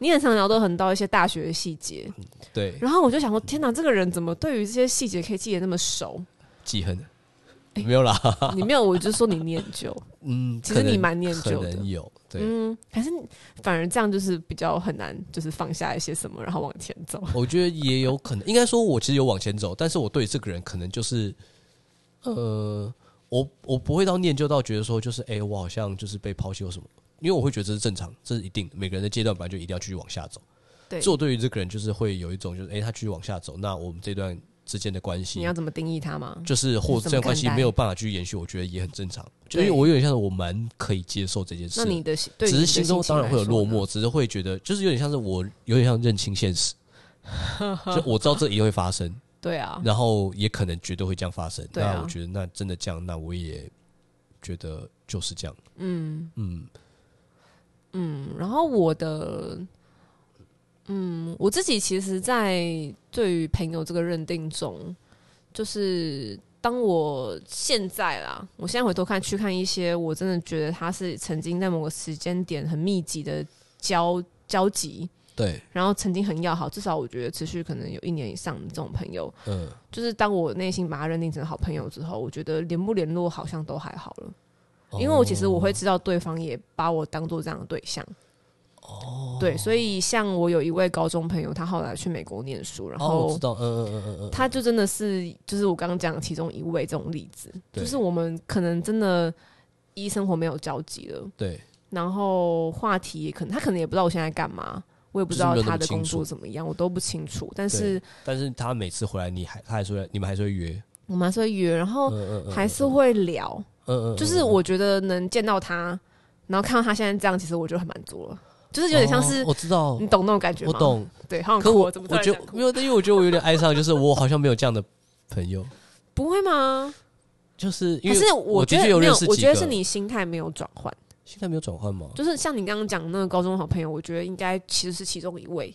Speaker 2: 你很常聊到很到一些大学的细节，
Speaker 1: 嗯对，
Speaker 2: 然后我就想说，天哪，这个人怎么对于这些细节可以记得那么
Speaker 1: *laughs*
Speaker 2: 熟？
Speaker 1: 记恨。没有啦，
Speaker 2: 哎你没有，我就说你念旧，
Speaker 1: 嗯，
Speaker 2: 其实
Speaker 1: 可能
Speaker 2: 你蛮念旧的
Speaker 1: 可能有，对，
Speaker 2: 嗯，还是反而这样就是比较很难，就是放下一些什么，然后往前走。
Speaker 1: 我觉得也有可能，应该说，我其实有往前走，但是我对这个人可能就是，呃，我我不会到念旧到觉得说，就是哎、诶我好像就是被抛弃或什么，因为我会觉得这是正常，这是一定的，每个人的阶段本来就一定要继续往下走。
Speaker 2: 对，
Speaker 1: 所以我对于这个人就是会有一种就是哎、诶他继续往下走，那我们这段之间的关系
Speaker 2: 你要怎么定义它吗？
Speaker 1: 就是或
Speaker 2: 你
Speaker 1: 这
Speaker 2: 怎么
Speaker 1: 段关系
Speaker 2: 看待
Speaker 1: 没有办法继续延续，我觉得也很正常。就
Speaker 2: 对
Speaker 1: 因为我有点像是我蛮可以接受这件事
Speaker 2: 那
Speaker 1: 的，
Speaker 2: 你的心对
Speaker 1: 只
Speaker 2: 于你
Speaker 1: 是
Speaker 2: 的
Speaker 1: 心中
Speaker 2: 情
Speaker 1: 当然会有
Speaker 2: 来说
Speaker 1: 落
Speaker 2: 呢
Speaker 1: 寞，只是会觉得就是有点像是我有点像认清
Speaker 2: *laughs*
Speaker 1: 现实，就我知道这一定会发生，
Speaker 2: 对啊，
Speaker 1: 然后也可能绝对会这样发生。
Speaker 2: 对啊
Speaker 1: 那我觉得那真的这样，那我也觉得就是这样。
Speaker 2: 嗯
Speaker 1: 嗯，
Speaker 2: 嗯。然后我的，嗯，我自己其实，在对于朋友这个认定中，就是当我现在啦，我现在回头看去看一些我真的觉得他是曾经在某个时间点很密集的交交集，
Speaker 1: 对，
Speaker 2: 然后曾经很要好，至少我觉得持续可能有一年以上的这种朋友，
Speaker 1: 嗯，
Speaker 2: 就是当我内心把他认定成好朋友之后，我觉得联不联络好像都还好了。
Speaker 1: 哦
Speaker 2: 因为我其实我会知道对方也把我当做这样的对象。哦，对，所以像我有一位高中朋友，他后来去美国念书，然
Speaker 1: 哦，哦我
Speaker 2: 后
Speaker 1: 知道，嗯嗯嗯嗯嗯，
Speaker 2: 他就真的是就是我刚刚讲的其中一位这种例子，
Speaker 1: 对
Speaker 2: 就是我们可能真的医生活没有交集了，
Speaker 1: 对，
Speaker 2: 然后话题也可能他可能也不知道我现在干嘛。我也不知道
Speaker 1: 就是没有那么
Speaker 2: 他的
Speaker 1: 清
Speaker 2: 工
Speaker 1: 楚
Speaker 2: 作怎么样，我都不清楚。但是
Speaker 1: 但是他每次回来，你还他还是会，你们还是会约，
Speaker 2: 我们还是会约，然
Speaker 1: 嗯
Speaker 2: 后
Speaker 1: 嗯嗯，
Speaker 2: 哦还是会聊。
Speaker 1: 嗯嗯，嗯
Speaker 2: 就是
Speaker 1: 嗯
Speaker 2: 我觉得能见到他，然后看到他现在这样，其实我就很满足了。就是有点像是
Speaker 1: 哦我知道
Speaker 2: 你，懂那种感觉吗？
Speaker 1: 我。懂。
Speaker 2: 对，好想
Speaker 1: 可
Speaker 2: 哭
Speaker 1: 我
Speaker 2: 哦，怎么突
Speaker 1: 我
Speaker 2: 然
Speaker 1: 觉
Speaker 2: 想
Speaker 1: 得
Speaker 2: 哭
Speaker 1: 没有，因为我觉得我有点哀伤，就是我好像没有这样的
Speaker 2: *laughs*
Speaker 1: 朋友，
Speaker 2: 不会吗？
Speaker 1: 就是因
Speaker 2: 可
Speaker 1: 为
Speaker 2: 是
Speaker 1: 我
Speaker 2: 觉
Speaker 1: 的
Speaker 2: 得
Speaker 1: 确有
Speaker 2: 没
Speaker 1: 认
Speaker 2: 有
Speaker 1: 识，
Speaker 2: 我
Speaker 1: 几
Speaker 2: 觉得
Speaker 1: 个
Speaker 2: 是你心态没有转换，
Speaker 1: 现在没有转换吗？
Speaker 2: 就是像你刚刚讲那个高中好朋友，我觉得应该其实是其中一位，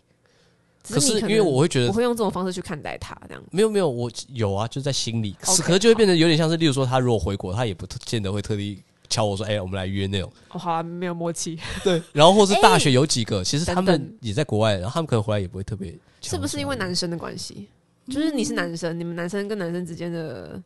Speaker 2: 只
Speaker 1: 可
Speaker 2: 是你
Speaker 1: 是因
Speaker 2: 可
Speaker 1: 为
Speaker 2: 能
Speaker 1: 我会觉
Speaker 2: 我
Speaker 1: 得
Speaker 2: 会用这种方式去看待他，这样
Speaker 1: 没有没有，我有啊，就在心里，可
Speaker 2: OK，
Speaker 1: 是可是就会变得有点像是，例如说他如果回国，他也不见得会特地敲我说，哎，我们来约那
Speaker 2: *laughs*
Speaker 1: 种。
Speaker 2: 哦，好啊，没有默契，
Speaker 1: 对，然后或是大学有几个，其实他
Speaker 2: 哎等
Speaker 1: 们
Speaker 2: 等
Speaker 1: 也在国外，然后他们可能回来也不会特别敲我说。哎
Speaker 2: 是不是因为男生的关系？就是你是男生，你们男生跟男生之间的，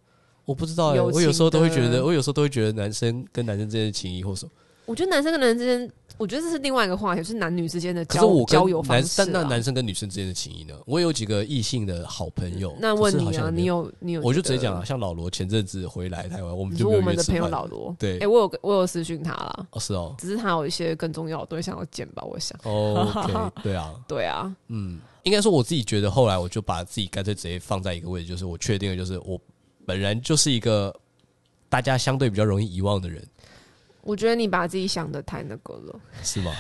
Speaker 1: 我不知道欸，
Speaker 2: 友
Speaker 1: 我有时候都会觉
Speaker 2: 情
Speaker 1: 得，
Speaker 2: 的
Speaker 1: 我有时候都会觉得男生跟男生之间的情谊或什么。
Speaker 2: 我觉得男生跟男生之间，我觉得这是另外一个话题，就是男女之间的
Speaker 1: 可是
Speaker 2: 交
Speaker 1: 我跟
Speaker 2: 交友方
Speaker 1: 男，
Speaker 2: 式、啊
Speaker 1: 但。那男生跟女生之间的情谊呢？我有几个异性的好朋友，
Speaker 2: 那
Speaker 1: 可
Speaker 2: 问
Speaker 1: 是好
Speaker 2: 你
Speaker 1: 像
Speaker 2: 啊，
Speaker 1: 也没
Speaker 2: 你有你有？
Speaker 1: 我就直接讲啊，，像老罗前阵子回来台湾，我们
Speaker 2: 你
Speaker 1: 就
Speaker 2: 说
Speaker 1: 没有
Speaker 2: 我们
Speaker 1: 约
Speaker 2: 的
Speaker 1: 吃
Speaker 2: 朋友
Speaker 1: 饭
Speaker 2: 老罗，
Speaker 1: 对
Speaker 2: 哎，我有我有私讯他啦，
Speaker 1: 哦，
Speaker 2: *laughs*
Speaker 1: 是哦
Speaker 2: 只是他有一些更重要的对象要见吧，我想。
Speaker 1: 哦，OK，对啊，
Speaker 2: 对啊，
Speaker 1: 嗯，应该说我自己觉得，后来我就把自己干脆直接放在一个位置，就是我确定的就是我本人就是一个大家相对比较容易遗忘的人，
Speaker 2: 我觉得你把自己想的太那个了，
Speaker 1: 是
Speaker 2: *laughs*
Speaker 1: 吗？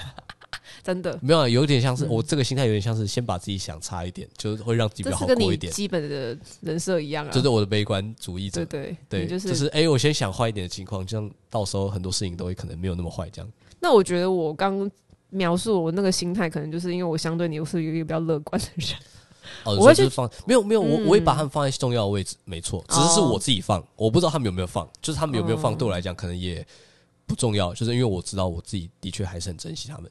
Speaker 2: 真的，
Speaker 1: 没有啊，有点像
Speaker 2: 嗯
Speaker 1: 是我这个心态，有点像是先把自己想差一点，就是会让自己比
Speaker 2: 这
Speaker 1: 较
Speaker 2: 是
Speaker 1: 好
Speaker 2: 跟
Speaker 1: 过
Speaker 2: 你
Speaker 1: 一点，
Speaker 2: 基本的人设一样啊。
Speaker 1: 这是我的悲观主义
Speaker 2: 对
Speaker 1: 者。
Speaker 2: 对
Speaker 1: 对，
Speaker 2: 你就、
Speaker 1: 就是是哎、我先想坏一点的情况，这样到时候很多事情都会可能没有那么坏，这样。
Speaker 2: 那我觉得我刚描述我那个心态，可能就是因为我相对你我是一个比较乐观的人。我
Speaker 1: 哦，所以
Speaker 2: 会
Speaker 1: 就是
Speaker 2: 去
Speaker 1: 放没有没有，我
Speaker 2: 嗯
Speaker 1: 我会把他们放在重要的位置，没错，只是是
Speaker 2: 哦
Speaker 1: 我自己放，我不知道他们有没有放，就是他们有没有放，
Speaker 2: 哦
Speaker 1: 对我来讲可能也不重要，就是因为我知道我自己的确还是很珍惜他们。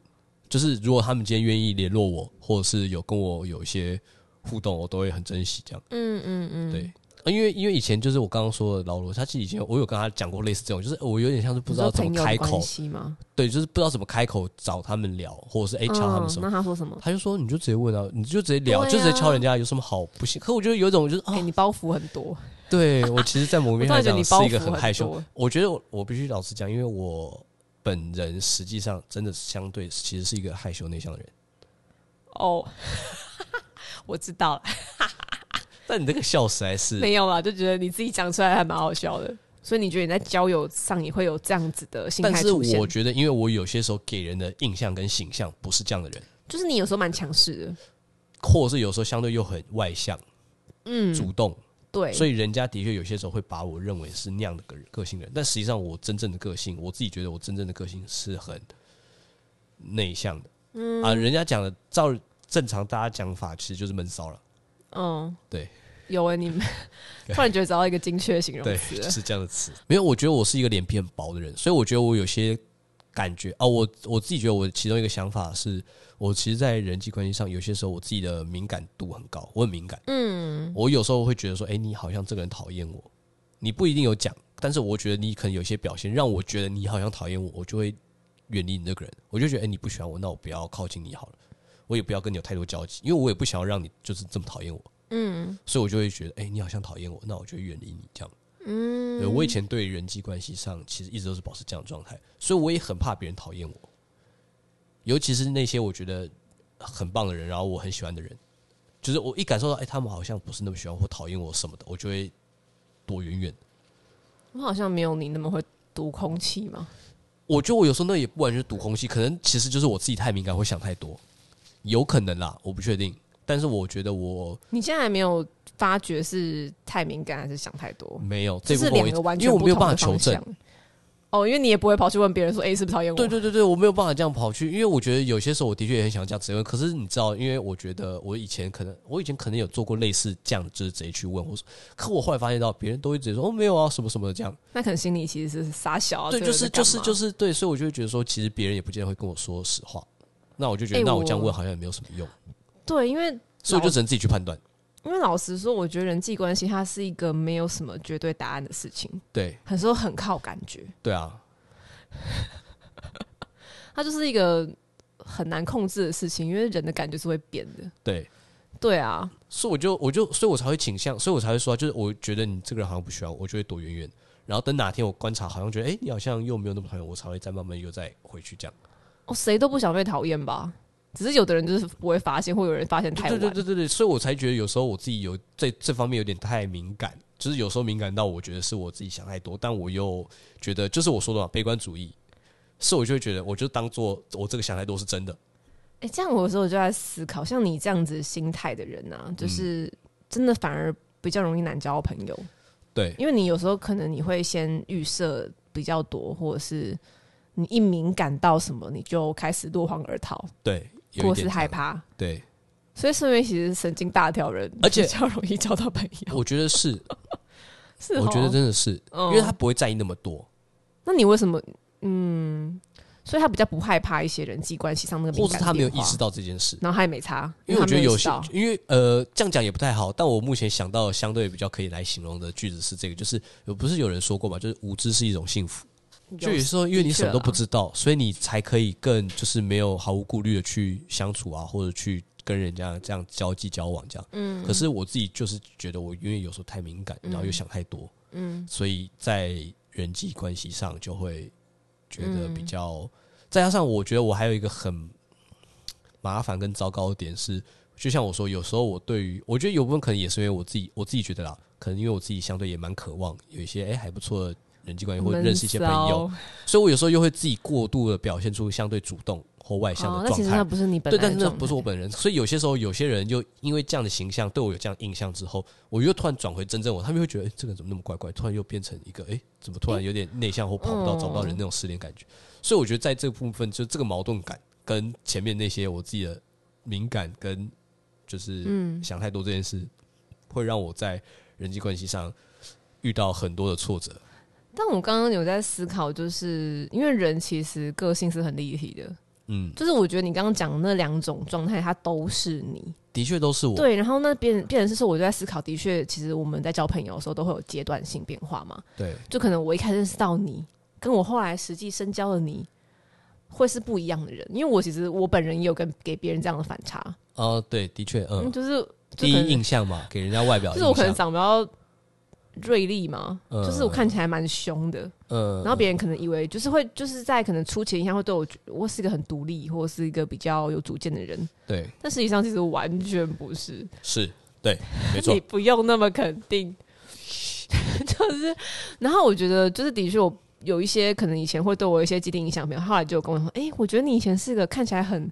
Speaker 1: 就是如果他们今天愿意联络我，或者是有跟我有一些互动，我都会很珍惜这样。
Speaker 2: 嗯嗯嗯，
Speaker 1: 对，啊因为因为以前就是我刚刚说的老罗，他其实以前有我有跟他讲过类似这种，就是我有点像是不
Speaker 2: 你
Speaker 1: 知道
Speaker 2: 说
Speaker 1: 怎
Speaker 2: 朋
Speaker 1: 么
Speaker 2: 友
Speaker 1: 开
Speaker 2: 的
Speaker 1: 口
Speaker 2: 关，系吗？
Speaker 1: 对，就是不知道怎么开口找他们聊，或者是哎
Speaker 2: 嗯，
Speaker 1: 敲他们什么。
Speaker 2: 那他说什么？
Speaker 1: 他就说哦你就直接问啊，你就直接聊，
Speaker 2: 对啊
Speaker 1: 就直接敲人家有什么好不行？可我觉得有一种就是啊，
Speaker 2: 哎、你包袱很多，
Speaker 1: 对我其实，在某
Speaker 2: 我
Speaker 1: 面
Speaker 2: 突然
Speaker 1: 来
Speaker 2: 觉得
Speaker 1: 讲
Speaker 2: 你包
Speaker 1: 是
Speaker 2: 袱
Speaker 1: 一个很害羞。
Speaker 2: 多。
Speaker 1: 我觉得我我必须老实讲，因为我本人实际上真的相对其实是一个害羞内向的人。
Speaker 2: 哦， *laughs* 我知道了，
Speaker 1: 但你这个笑实在是，
Speaker 2: 没有啦，就觉得你自己讲出来还蛮好笑的。所以你觉得你在交友上也会有这样子的心
Speaker 1: 但
Speaker 2: 态
Speaker 1: 是
Speaker 2: 出现
Speaker 1: 我？觉得，因为我有些时候给人的印象跟形象不是这样的人，
Speaker 2: 就是你有时候蛮强势的，
Speaker 1: 或者是有时候相对又很外向、
Speaker 2: 嗯，
Speaker 1: 主动，
Speaker 2: 对，
Speaker 1: 所
Speaker 2: 以
Speaker 1: 以人家的确有些时候会把我认为是那样的个人个性的人，但实际上我真正的个性，我自己觉得我真正的个性是很内向的。嗯啊，人家讲的照正常大家讲法，其实就是闷骚了。
Speaker 2: 嗯，
Speaker 1: 对，
Speaker 2: 有哎、你们
Speaker 1: 对
Speaker 2: 突然觉得找到一个精确的形容
Speaker 1: 对，
Speaker 2: 词
Speaker 1: 就
Speaker 2: 了，
Speaker 1: 是这样的词。没有，我觉得我是一个脸皮很薄的人，所以我觉得我有些感觉啊，我我自己觉得我其中一个想法是，我其实，在人际关系上，有些时候我自己的敏感度很高，我很敏感。
Speaker 2: 嗯，
Speaker 1: 我有时候会觉得说，哎、你好像这个人讨厌我，你不一定有讲，但是我觉得你可能有些表现让我觉得你好像讨厌我，我就会远离你这个人。我就觉得，哎、你不喜欢我，那我不要靠近你好了，我也不要跟你有太多交集，因为我也不想要让你就是这么讨厌我。嗯，所以我就会觉得，哎、你好像讨厌我，那我就远离你这样。嗯，对我以前对人际关系上其实一直都是保持这样的状态，所以我也很怕别人讨厌我，尤其是那些我觉得很棒的人，然后我很喜欢的人，就是我一感受到，哎、他们好像不是那么喜欢或讨厌我什么的，我就会躲远远。
Speaker 2: 我好像没有你那么会读空气嘛。
Speaker 1: 我觉得我有时候那也不完全是读空气，可能其实就是我自己太敏感，会想太多，有可能啦，我不确定。但是我觉得我
Speaker 2: 你现在还没有发觉是太敏感还是想太多，
Speaker 1: 没有嗯这
Speaker 2: 这
Speaker 1: 部
Speaker 2: 是
Speaker 1: 分我
Speaker 2: 两
Speaker 1: 一
Speaker 2: 个完
Speaker 1: 因
Speaker 2: 全
Speaker 1: 为我
Speaker 2: 不
Speaker 1: 没有
Speaker 2: 同
Speaker 1: 办法
Speaker 2: 的
Speaker 1: 求
Speaker 2: 方
Speaker 1: 证
Speaker 2: 向，。哦，因为你也不会跑去问别人说：“哎、是不是讨厌我？”
Speaker 1: 对对对对，我没有办法这样跑去，因为我觉得有些时候我的确也很想这样直接问，可是你知道，因为我觉得我以前可能我以前可能有做过类似这样，就是直接去问，我说，可我后来发现到别人都会直接说哦没有啊什么什么的这样，
Speaker 2: 那可能心里其实是傻小、啊。
Speaker 1: 对，
Speaker 2: 这
Speaker 1: 就
Speaker 2: 个
Speaker 1: 是
Speaker 2: 在
Speaker 1: 就
Speaker 2: 干
Speaker 1: 是
Speaker 2: 嘛
Speaker 1: 就是对，所以我就会觉得说，其实别人也不见得会跟我说实话，那我就觉得
Speaker 2: 哎
Speaker 1: 那我这样
Speaker 2: 我
Speaker 1: 问好像也没有什么用，
Speaker 2: 对，因为
Speaker 1: 所以我就只能自己去判断，
Speaker 2: 因为老实说，我觉得人际关系它是一个没有什么绝对答案的事情，
Speaker 1: 对
Speaker 2: 很多时候很靠感觉，
Speaker 1: 对啊，
Speaker 2: 它就是一个很难控制的事情，因为人的感觉是会变的。
Speaker 1: 对。
Speaker 2: 对啊，
Speaker 1: 所以我就我就所以我才会倾向，所以我才会说，啊就是我觉得你这个人好像不喜欢我，我就会躲远远。然后等哪天我观察，好像觉得哎、诶你好像又没有那么讨厌我，我才会再慢慢又再回去这样。
Speaker 2: 哦，谁都不想被讨厌吧？只是有的人就是不会发现，或有人发现太晚。
Speaker 1: 对对对对对，所以我才觉得有时候我自己有在这方面有点太敏感，就是有时候敏感到我觉得是我自己想太多，但我又觉得就是我说的嘛，悲观主义，所以我就会觉得我就当做我这个想太多是真的。
Speaker 2: 哎、这样我有时候就在思考，像你这样子心态的人啊，
Speaker 1: 嗯
Speaker 2: 就是真的反而比较容易难交朋友，
Speaker 1: 对
Speaker 2: 因为你有时候可能你会先预设比较多，或者是你一敏感到什么，你就开始落荒而逃，
Speaker 1: 对，有一
Speaker 2: 或是
Speaker 1: 点
Speaker 2: 害怕。
Speaker 1: 对，
Speaker 2: 所以，身为其实神经大条人，
Speaker 1: 而且
Speaker 2: *laughs* 比较容易交到朋友。
Speaker 1: 我觉
Speaker 2: *laughs*
Speaker 1: 得是，
Speaker 2: 是哦，
Speaker 1: 我觉得真的是，
Speaker 2: 嗯
Speaker 1: 因为他不会在意那么多。
Speaker 2: 那你为什么？嗯，所以他比较不害怕一些人际关系上那个敏
Speaker 1: 或是
Speaker 2: 感，
Speaker 1: 他没有意识，到这件事。
Speaker 2: 然后他也没差，
Speaker 1: 因为我
Speaker 2: 他
Speaker 1: 觉
Speaker 2: 没
Speaker 1: 得有
Speaker 2: 意识
Speaker 1: 些
Speaker 2: 到，
Speaker 1: 因为呃，这样讲也不太好，但我目前想到相对比较可以来形容的句子是这个，就是有不是有人说过嘛，就是无知是一种幸福，就有时候因为你什么都不知道，
Speaker 2: 啊
Speaker 1: 所以你才可以更就是没有毫无顾虑的去相处啊，或者去跟人家这样交际交往这样。
Speaker 2: 嗯
Speaker 1: 可是我自己就是觉得我因为有时候太敏感，然后又想太多，
Speaker 2: 嗯，
Speaker 1: 所以在人际关系上就会觉得
Speaker 2: 嗯
Speaker 1: 比较，再加上我觉得我还有一个很麻烦跟糟糕的点是，就像我说，有时候我对于我觉得有部分可能也是因为我自己，我自己觉得啦，可能因为我自己相对也蛮渴望有一些哎、还不错的人际关系或者认识一些朋友，
Speaker 2: 闷
Speaker 1: 所以我有时候又会自己过度的表现出相对主动或外
Speaker 2: 骚，
Speaker 1: 向
Speaker 2: 哦
Speaker 1: 的
Speaker 2: 那
Speaker 1: 状
Speaker 2: 其实
Speaker 1: 态。
Speaker 2: 那不是你本
Speaker 1: 对，
Speaker 2: 来的
Speaker 1: 但是那
Speaker 2: 状态
Speaker 1: 不是我本人，所以有些时候有些人就因为这样的形象对我有这样印象之后，我又突然转回真正我，他们会觉得、诶这个人怎么那么怪怪，突然又变成一个哎、诶怎么突然有点内向或跑不到、
Speaker 2: 嗯
Speaker 1: 找不到人那种失恋感觉。所以我觉得在这部分，就这个矛盾感跟前面那些我自己的敏感跟就是
Speaker 2: 嗯，
Speaker 1: 想太多这件事，会让我在人际关系上遇到很多的挫折。
Speaker 2: 但我刚刚有在思考，就是因为人其实个性是很立体的，
Speaker 1: 嗯，
Speaker 2: 就是我觉得你刚刚讲的那两种状态，它都是你
Speaker 1: 的确都是我。
Speaker 2: 对。然后那变变成是说，我就在思考，的确，其实我们在交朋友的时候都会有阶段性变化嘛，
Speaker 1: 对
Speaker 2: 就可能我一开始认识到你，跟我后来实际深交的你，会是不一样的人。因为我其实我本人也有跟给别人这样的反差，
Speaker 1: 哦、对，的确，嗯，
Speaker 2: 嗯，就是就可
Speaker 1: 第一
Speaker 2: 能
Speaker 1: 印象嘛，给人家外表
Speaker 2: 就是
Speaker 1: 印象，
Speaker 2: 我可能长得比较锐利嘛，
Speaker 1: 啊嗯
Speaker 2: 就是我看起来蛮凶的，
Speaker 1: 嗯，
Speaker 2: 然后别人可能以为就是会就是在可能初期印象会对我觉我是一个很独立或是一个比较有主见的人，
Speaker 1: 对
Speaker 2: 但实际上其实完全不是，
Speaker 1: 是。对，没错
Speaker 2: 你，不用那么肯定， *laughs* 就是，然后我觉得就是的确我。有一些可能以前会对我有一些既定影响，朋友后来就有跟我说：“哎、我觉得你以前是个看起来很，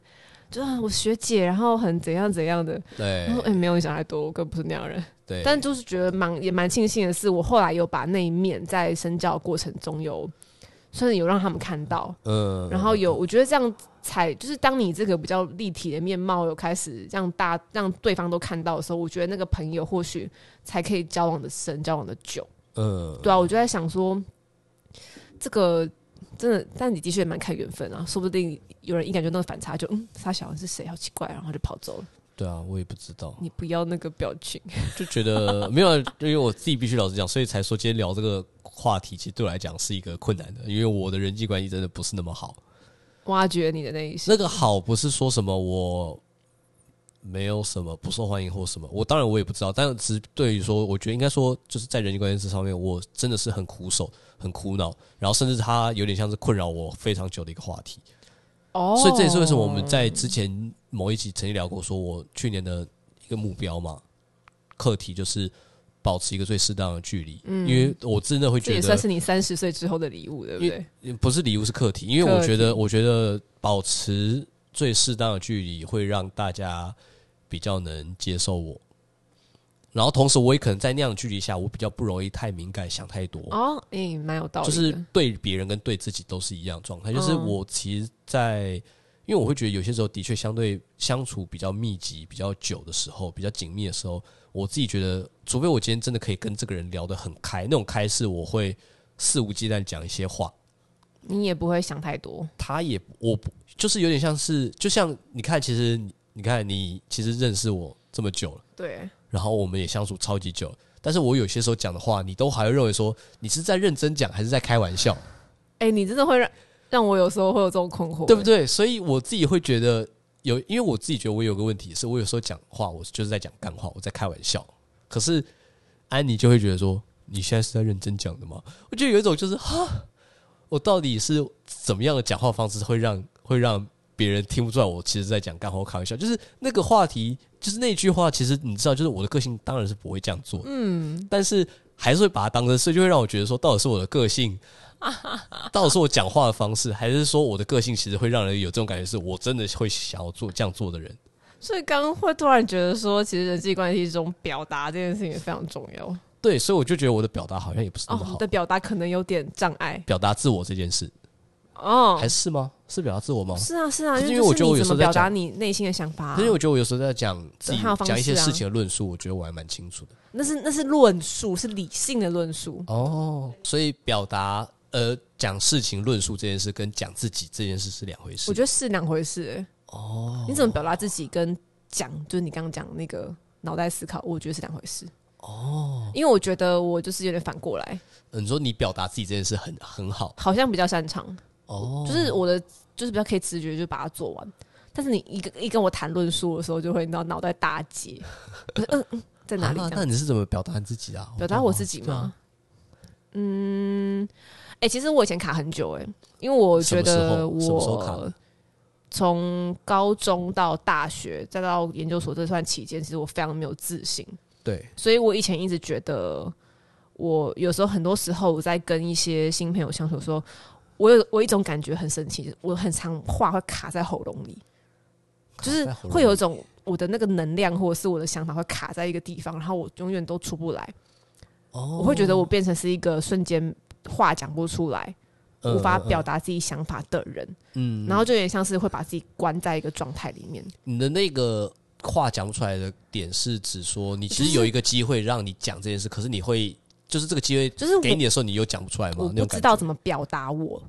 Speaker 2: 就是我学姐，然后很怎样怎样的。”
Speaker 1: 对
Speaker 2: 然后哎、没有你想太多，我更不是那样的人。
Speaker 1: 对，
Speaker 2: 但就是觉得蛮也蛮庆幸的是，我后来有把那一面在深交的过程中有，算是有让他们看到，
Speaker 1: 嗯
Speaker 2: 然后有我觉得这样才就是当你这个比较立体的面貌有开始让大让对方都看到的时候，我觉得那个朋友或许才可以交往的深，交往的久。
Speaker 1: 嗯，
Speaker 2: 对啊，我就在想说，这个真的，但你的确也蛮看缘分啊，说不定有人一感觉到反差就嗯，他小孩是谁，好奇怪，然后就跑走了。
Speaker 1: 对啊，我也不知道，
Speaker 2: 你不要那个表情。
Speaker 1: 就觉得
Speaker 2: *laughs*
Speaker 1: 没有啊，因为我自己必须老实讲，所以才说今天聊这个话题，其实对我来讲是一个困难的，因为我的人际关系真的不是那么好，
Speaker 2: 挖掘你的那一些。
Speaker 1: 那个好不是说什么我没有什么不受欢迎或什么，我当然我也不知道，但是只对于说，我觉得应该说就是在人际关系这上面，我真的是很苦手、很苦恼，然后甚至它有点像是困扰我非常久的一个话题。
Speaker 2: 哦
Speaker 1: 所以这也是为什么我们在之前某一集曾经聊过，说我去年的一个目标嘛，课题就是保持一个最适当的距离，因为我真的会
Speaker 2: 嗯这
Speaker 1: 觉
Speaker 2: 也算
Speaker 1: 得
Speaker 2: 是你三十岁之后的礼物，对不对？
Speaker 1: 不是礼物是课题，因为我觉得我觉得保持最适当的距离会让大家比较能接受我，然后同时我也可能在那样的距离下，我比较不容易太敏感想太多，
Speaker 2: 哦，诶、蛮有道理
Speaker 1: 就
Speaker 2: 的。
Speaker 1: 是对别人跟对自己都是一样的状态。就是
Speaker 2: 嗯
Speaker 1: 我其实在，因为我会觉得有些时候的确相对相处比较密集、比较久的时候，比较紧密的时候，我自己觉得，除非我今天真的可以跟这个人聊得很开，那种开是我会肆无忌惮讲一些话，
Speaker 2: 你也不会想太多。
Speaker 1: 他也我不就是有点像是，就像你看，其实你你看你其实认识我这么久了，
Speaker 2: 对，
Speaker 1: 然后我们也相处超级久了。但是我有些时候讲的话，你都还会认为说你是在认真讲还是在开玩笑，
Speaker 2: 哎、你真的会让让我有时候会有这种困惑，
Speaker 1: 对不
Speaker 2: 对？
Speaker 1: 对？所以我自己会觉得有，因为我自己觉得我有个问题是，我有时候讲话我就是在讲干话，我在开玩笑。可是安妮就会觉得说，你现在是在认真讲的吗？我觉得有一种就是哈，我到底是怎么样的讲话方式会让会让别人听不出来我其实在讲干话或开玩笑？就是那个话题，就是那句话，其实你知道，就是我的个性当然是不会这样做的，
Speaker 2: 嗯，
Speaker 1: 但是还是会把它当成，所以就会让我觉得说，到底是我的个性，到底是我讲话的方式，还是说我的个性其实会让人有这种感觉，是我真的会想要做这样做的人。
Speaker 2: 所以刚刚会突然觉得说，其实人际关系中表达这件事情也非常重要。
Speaker 1: 对，所以我就觉得我的表达好像也不是那么
Speaker 2: 哦，
Speaker 1: 好，
Speaker 2: 你的表达可能有点障碍
Speaker 1: 表达自我这件事，
Speaker 2: 哦。
Speaker 1: 还是吗？是表达自我吗？
Speaker 2: 是啊，是啊，
Speaker 1: 可是
Speaker 2: 因
Speaker 1: 因为我觉得我
Speaker 2: 这是你
Speaker 1: 有
Speaker 2: 怎
Speaker 1: 时
Speaker 2: 么
Speaker 1: 候在
Speaker 2: 表达
Speaker 1: 讲
Speaker 2: 你内心的想法啊、
Speaker 1: 可是因为我觉得我有时候在讲自己
Speaker 2: 还有方式啊
Speaker 1: 讲一些事情的论述，我觉得我还蛮清楚的。
Speaker 2: 那是那是论述，是理性的论述。
Speaker 1: 哦，所以表达呃讲事情论述这件事跟讲自己这件事是两回事。
Speaker 2: 我觉得是两回事、欸。哦，你怎么表达自己跟讲，就是你刚刚讲那个脑袋思考，我觉得是两回事。哦，因为我觉得我就是有点反过来，
Speaker 1: 得嗯你说你表达自己这件事很很好
Speaker 2: 好像比较擅长，
Speaker 1: 哦，
Speaker 2: 就是我的就是比较可以直觉就把它做完。但是你一个一跟我谈论书的时候，就会你知道脑袋打结， *laughs* 我就嗯嗯，在哪里
Speaker 1: 啊
Speaker 2: 这
Speaker 1: 那
Speaker 2: 样？
Speaker 1: 你是怎么表达你自己啊？
Speaker 2: 表达我自己吗？嗯，哎、其实我以前卡很久哎、因为我觉
Speaker 1: 什么时
Speaker 2: 得
Speaker 1: 候什么时候卡
Speaker 2: 我
Speaker 1: 的
Speaker 2: 从高中到大学再到研究所这段期间，其实我非常没有自信，
Speaker 1: 对，
Speaker 2: 所以我以前一直觉得，我有时候很多时候我在跟一些新朋友相处的时候，我有我有一种感觉很神奇，就是我很常话会卡在喉咙里，就是
Speaker 1: 卡在喉咙
Speaker 2: 会有一种我的那个能量或者是我的想法会卡在一个地方，然后我永远都出不来。
Speaker 1: 哦
Speaker 2: 我会觉得我变成是一个瞬间话讲不出来、无法表达自己想法的人，
Speaker 1: 呃嗯嗯，嗯嗯
Speaker 2: 然后就有点像是会把自己关在一个状态里面。
Speaker 1: 你的那个话讲不出来的点是指说，你其实有一个机会让你讲这件事，可是你会就是这个机会
Speaker 2: 就是我
Speaker 1: 给你的时候，你又讲不出来
Speaker 2: 我
Speaker 1: 吗？那
Speaker 2: 不
Speaker 1: 种
Speaker 2: 知
Speaker 1: 感
Speaker 2: 道
Speaker 1: 觉
Speaker 2: 怎么表达我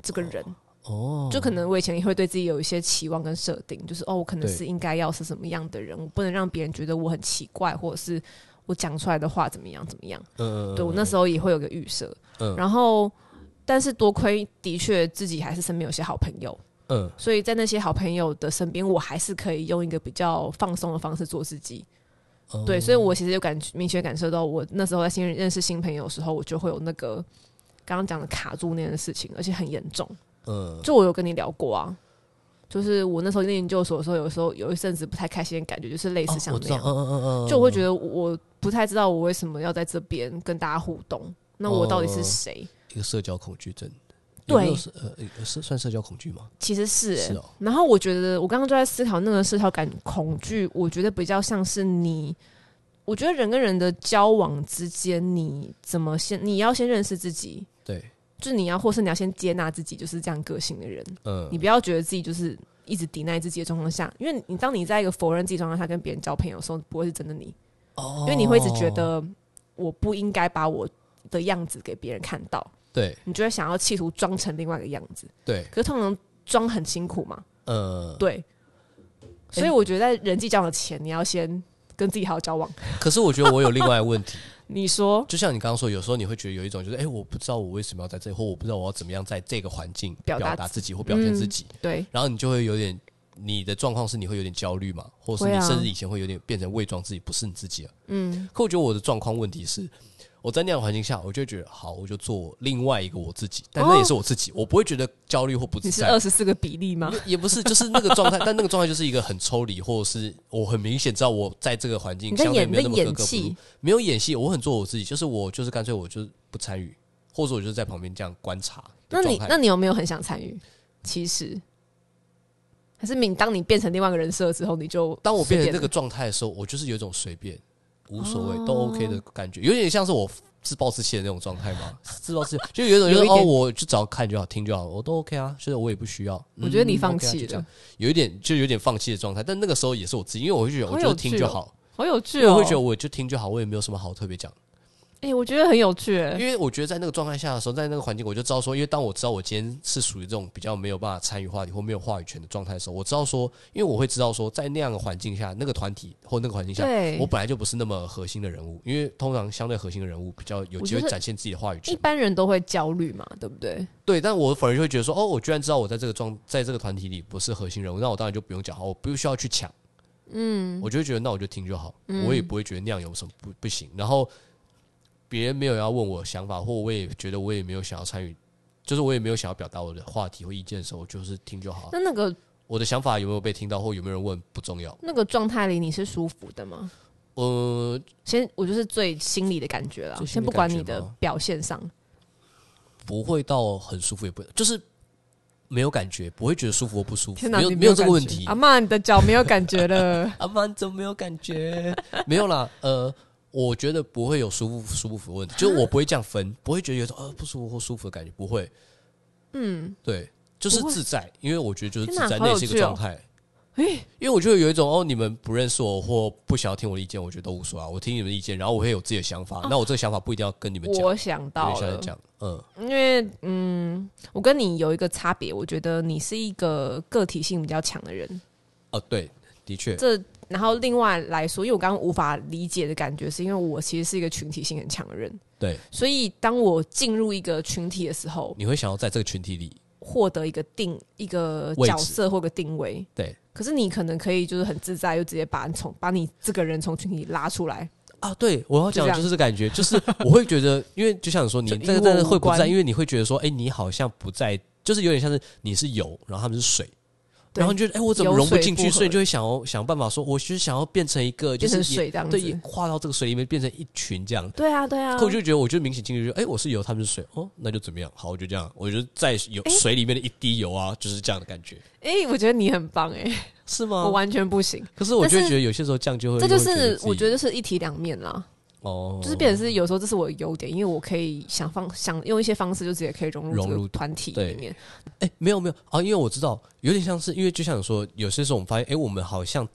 Speaker 2: 这个人，
Speaker 1: 哦，
Speaker 2: 就可能我以前也会对自己有一些期望跟设定，就是哦，我可能
Speaker 1: 对
Speaker 2: 是应该要是什么样的人，我不能让别人觉得我很奇怪，或者是我讲出来的话怎么样怎么样。
Speaker 1: 嗯
Speaker 2: 对我那时候也会有个预设，
Speaker 1: 嗯
Speaker 2: 然后但是多亏的确自己还是身边有些好朋友，
Speaker 1: 嗯
Speaker 2: 所以在那些好朋友的身边，我还是可以用一个比较放松的方式做自己。
Speaker 1: 哦
Speaker 2: 对，所以我其实有感明确感受到，我那时候在新认识新朋友的时候，我就会有那个刚刚讲的卡住那件事情，而且很严重。
Speaker 1: 嗯
Speaker 2: 就我有跟你聊过啊，就是我那时候念研究所的时候，有时候有一阵子不太开心的感觉，就是类似
Speaker 1: 哦
Speaker 2: 像
Speaker 1: 我知
Speaker 2: 那
Speaker 1: 道
Speaker 2: 样，
Speaker 1: 嗯嗯嗯嗯，
Speaker 2: 就我会觉得我不太知道我为什么要在这边跟大家互动，那我到底是
Speaker 1: 哦
Speaker 2: 谁？
Speaker 1: 一个社交恐惧症。
Speaker 2: 对
Speaker 1: 有没有是呃，呃是算社交恐惧吗？
Speaker 2: 其实是、欸
Speaker 1: 是哦
Speaker 2: 然后我觉得我刚刚就在思考那个社交感恐惧，我觉得比较像是你，我觉得人跟人的交往之间，你怎么先你要先认识自己，
Speaker 1: 对，
Speaker 2: 就是你要或是你要先接纳自己，就是这样个性的人，
Speaker 1: 嗯，
Speaker 2: 你不要觉得自己就是一直抵赖自己的状况下，因为你当你在一个否认自己状况下跟别人交朋友的时候，不会是真的你，
Speaker 1: 哦
Speaker 2: 因为你会一直觉得我不应该把我的样子给别人看到，
Speaker 1: 对
Speaker 2: 你就会想要企图装成另外一个样子，
Speaker 1: 对，
Speaker 2: 可是通常装很辛苦嘛。
Speaker 1: 呃，
Speaker 2: 对，
Speaker 1: 哎
Speaker 2: 所以我觉得在人际交往前，你要先跟自己好好交往。
Speaker 1: 可是我觉得我有另外一个问题， *laughs*
Speaker 2: 你说
Speaker 1: 就像你刚刚说，有时候你会觉得有一种就是，哎、我不知道我为什么要在这里，或我不知道我要怎么样在这个环境
Speaker 2: 表达
Speaker 1: 达自己或表现自己，
Speaker 2: 对，
Speaker 1: 然后你就会有点，你的状况是你会有点焦虑嘛，或是
Speaker 2: 会
Speaker 1: 你
Speaker 2: 啊
Speaker 1: 甚至以前会有点变成伪装自己不是你自己了。
Speaker 2: 嗯
Speaker 1: 可我觉得我的状况问题是，我在那样的环境下，我就会觉得好，我就做另外一个我自己，但那也是我自己，我不会觉得焦虑或不
Speaker 2: 哦
Speaker 1: 自
Speaker 2: 你是
Speaker 1: 在。
Speaker 2: 二十四个比例吗？
Speaker 1: *laughs* 也不是，就是那个状态，但那个状态就是一个很抽离，或者是我很明显知道我在这个环境
Speaker 2: 你在
Speaker 1: 相对
Speaker 2: 演
Speaker 1: 没有那
Speaker 2: 在
Speaker 1: 么格
Speaker 2: 演
Speaker 1: 格不入
Speaker 2: 戏，
Speaker 1: 没有演戏，我很做我自己，就是我就是干脆我就是不参与，或者我就是在旁边这样观察
Speaker 2: 那
Speaker 1: 的状
Speaker 2: 你
Speaker 1: 态。
Speaker 2: 那你有没有很想参与？其实，还是你当你变成另外一个人设之后，你就
Speaker 1: 当我变成
Speaker 2: 随
Speaker 1: 那个
Speaker 2: 便
Speaker 1: 状态的时候，我就是有一种随便、无所谓、
Speaker 2: 哦
Speaker 1: 都 OK 的感觉，有点像是我自暴自弃的那种状态
Speaker 2: *laughs*
Speaker 1: 嘛。自暴自弃就有一种就
Speaker 2: 有一
Speaker 1: 是哦，
Speaker 2: 点
Speaker 1: 我就只要看就好，听就好，我都 OK 啊，就是我也不需要。
Speaker 2: 我觉得你
Speaker 1: 嗯
Speaker 2: 放
Speaker 1: OK 啊
Speaker 2: 弃
Speaker 1: 就这
Speaker 2: 了
Speaker 1: 样，有一点就有点放弃的状态。但那个时候也是我自己，因为我会觉得
Speaker 2: 好
Speaker 1: 我就是
Speaker 2: 有
Speaker 1: 听
Speaker 2: 趣
Speaker 1: 就
Speaker 2: 哦
Speaker 1: 好。
Speaker 2: 好有趣
Speaker 1: 因为
Speaker 2: 哦！
Speaker 1: 我会觉得我就听就好，我也没有什么好特别讲，
Speaker 2: 哎、我觉得很有趣哎、
Speaker 1: 因为我觉得在那个状态下的时候，在那个环境，我就知道说，因为当我知道我今天是属于这种比较没有办法参与话题或没有话语权的状态的时候，我知道说，因为我会知道说，在那样的环境下，那个团体或那个环境下，
Speaker 2: 对，
Speaker 1: 我本来就不是那么核心的人物，因为通常相对核心的人物比较有机
Speaker 2: 我
Speaker 1: 会
Speaker 2: 觉得
Speaker 1: 展现自己的话语
Speaker 2: 一
Speaker 1: 权。
Speaker 2: 般人都会焦虑嘛，对不对？
Speaker 1: 对，但我反而就会觉得说，哦，我居然知道我在这个状，在这个团体里不是核心人物，那我当然就不用讲话，我不需要去抢。嗯，我就会觉得那我就听就好，我也不会觉得那样有什么不不行。然后别人没有要问我想法，或我也觉得我也没有想要参与，就是我也没有想要表达我的话题或意见的时候，我就是听就好。
Speaker 2: 那那个
Speaker 1: 我的想法有没有被听到，或有没有人问不重要。
Speaker 2: 那个状态里，你是舒服的吗？
Speaker 1: 呃，
Speaker 2: 先，我就是最心里的感觉啦，
Speaker 1: 最心
Speaker 2: 先
Speaker 1: 里的
Speaker 2: 不管
Speaker 1: 感觉
Speaker 2: 你的
Speaker 1: 吗
Speaker 2: 表现上，
Speaker 1: 不会到很舒服，也不就是没有感觉，不会觉得舒服或不舒服，
Speaker 2: 天哪，
Speaker 1: 没有
Speaker 2: 你
Speaker 1: 没有这个
Speaker 2: 感
Speaker 1: 问
Speaker 2: 觉啊
Speaker 1: 题。
Speaker 2: 阿妈，你的脚没有感觉
Speaker 1: *laughs*
Speaker 2: 了。
Speaker 1: 阿曼怎么没有感觉？ *laughs* 没有啦，呃，我觉得不会有舒服舒不舒服的问题，就是我不会这样分，不会觉得有种呃不舒服或舒服的感觉，不会。嗯，对，就是
Speaker 2: 不会
Speaker 1: 自在，因为我觉得就是
Speaker 2: 天
Speaker 1: 自
Speaker 2: 哪
Speaker 1: 在，
Speaker 2: 好
Speaker 1: 那也
Speaker 2: 有
Speaker 1: 是一个
Speaker 2: 趣哦
Speaker 1: 状态。因为我就有一种哦，你们不认识我或不想要听我的意见，我觉得都无所谓啊。我听你们的意见，然后我会有自己的想法，那我这个想法不一定要跟你们讲，
Speaker 2: 哦我想
Speaker 1: 我
Speaker 2: 到
Speaker 1: 想
Speaker 2: 了
Speaker 1: 要，讲，嗯，
Speaker 2: 因为嗯，我跟你有一个差别，我觉得你是一个个体性比较强的人。
Speaker 1: 哦，对，的确，
Speaker 2: 这然后另外来说，因为我刚刚无法理解的感觉，是因为我其实是一个群体性很强的人，
Speaker 1: 对，
Speaker 2: 所以当我进入一个群体的时候，
Speaker 1: 你会想要在这个群体里，
Speaker 2: 获得一个定一个
Speaker 1: 位置
Speaker 2: 角色或个定位。
Speaker 1: 对
Speaker 2: 可是你可能可以就是很自在，就直接把你从把你这个人从群体拉出来。
Speaker 1: 啊，对，我要讲
Speaker 2: 就这
Speaker 1: 的
Speaker 2: 样
Speaker 1: 就是这感觉，就是我会觉得，因为就像你说，你
Speaker 2: *laughs* 就
Speaker 1: 这
Speaker 2: 与
Speaker 1: 个
Speaker 2: 我
Speaker 1: 真的
Speaker 2: 无
Speaker 1: 会不在，
Speaker 2: 关
Speaker 1: 因为你会觉得说，哎、你好像不在，就是有点像是你是油，然后他们是水，
Speaker 2: 对
Speaker 1: 然后你觉得，哎、我怎么
Speaker 2: 油
Speaker 1: 融不
Speaker 2: 水
Speaker 1: 进去，
Speaker 2: 不
Speaker 1: 所以
Speaker 2: 合
Speaker 1: 就会想要想办法说，我就是想要变成一个，就
Speaker 2: 变
Speaker 1: 是
Speaker 2: 成
Speaker 1: 也
Speaker 2: 水这样子
Speaker 1: 对，跨到这个水里面变成一群这样。
Speaker 2: 对啊，对啊
Speaker 1: 可我就觉得，我就明显进去就，哎、我是油，他们是水，哦，那就怎么样？好，我就这样，我就在油、
Speaker 2: 哎
Speaker 1: 水里面的一滴油啊，就是这样的感觉，
Speaker 2: 哎、我觉得你很棒哎、
Speaker 1: 是
Speaker 2: 我
Speaker 1: 吗？
Speaker 2: 完全不行。
Speaker 1: 可是我
Speaker 2: 但
Speaker 1: 就会
Speaker 2: 是
Speaker 1: 觉得有些时候这样就会，
Speaker 2: 这就
Speaker 1: 会
Speaker 2: 是我觉
Speaker 1: 得
Speaker 2: 得是一体两面啦，
Speaker 1: 自己哦，
Speaker 2: 就是变成是有时候这是我的优点，因为我可以想方想用一些方式就直接可以融入
Speaker 1: 融
Speaker 2: 这
Speaker 1: 入
Speaker 2: 个团体
Speaker 1: 对
Speaker 2: 里面。
Speaker 1: 哎、没有没有啊，因为我知道，有点像是，因为就像你说，有些时候我们发现，哎、我们好像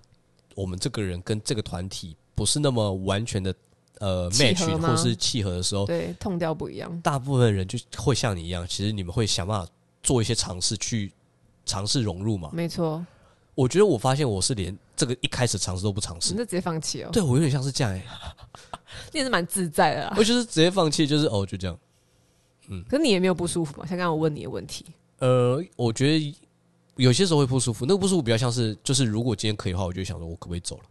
Speaker 1: 我们这个人跟这个团体不是那么完全的呃
Speaker 2: 契
Speaker 1: match
Speaker 2: 合吗
Speaker 1: 或是契合的时候，
Speaker 2: 对，痛调不一样。
Speaker 1: 大部分人就会像你一样，其实你们会想办法做一些尝试去尝试融入嘛。
Speaker 2: 没错，
Speaker 1: 我觉得我发现我是连这个一开始尝试都不尝
Speaker 2: 你
Speaker 1: 试，
Speaker 2: 就直接放弃哦。
Speaker 1: 对我有点像是这样哎、
Speaker 2: *laughs* 你也是蛮自在的啦。
Speaker 1: 我就是直接放弃，就是哦就这样。嗯
Speaker 2: 可是你也没有不舒服嘛？像刚刚我问你的问题，
Speaker 1: 呃，我觉得有些时候会不舒服，那个不舒服比较像是，就是如果今天可以的话，我就想说我可不可以走了。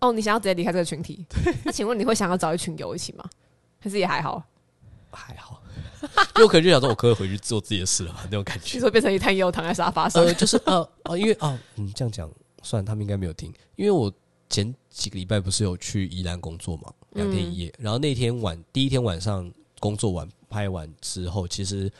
Speaker 2: 哦，你想要直接离开这个群体？那请问你会想要找一群友一起吗？还是也还好？
Speaker 1: 还好， *laughs* 因为我可能就想说，我可不可以回去做自己的事了吧，那种感
Speaker 2: 你
Speaker 1: 觉。
Speaker 2: 说变成一滩油躺在沙发上，
Speaker 1: 呃，就是呃呃，因为啊，嗯，这样讲，算了他们应该没有听，因为我前几个礼拜不是有去宜兰工作嘛，两天一夜，然后那天晚第一天晚上工作完拍完之后，其实。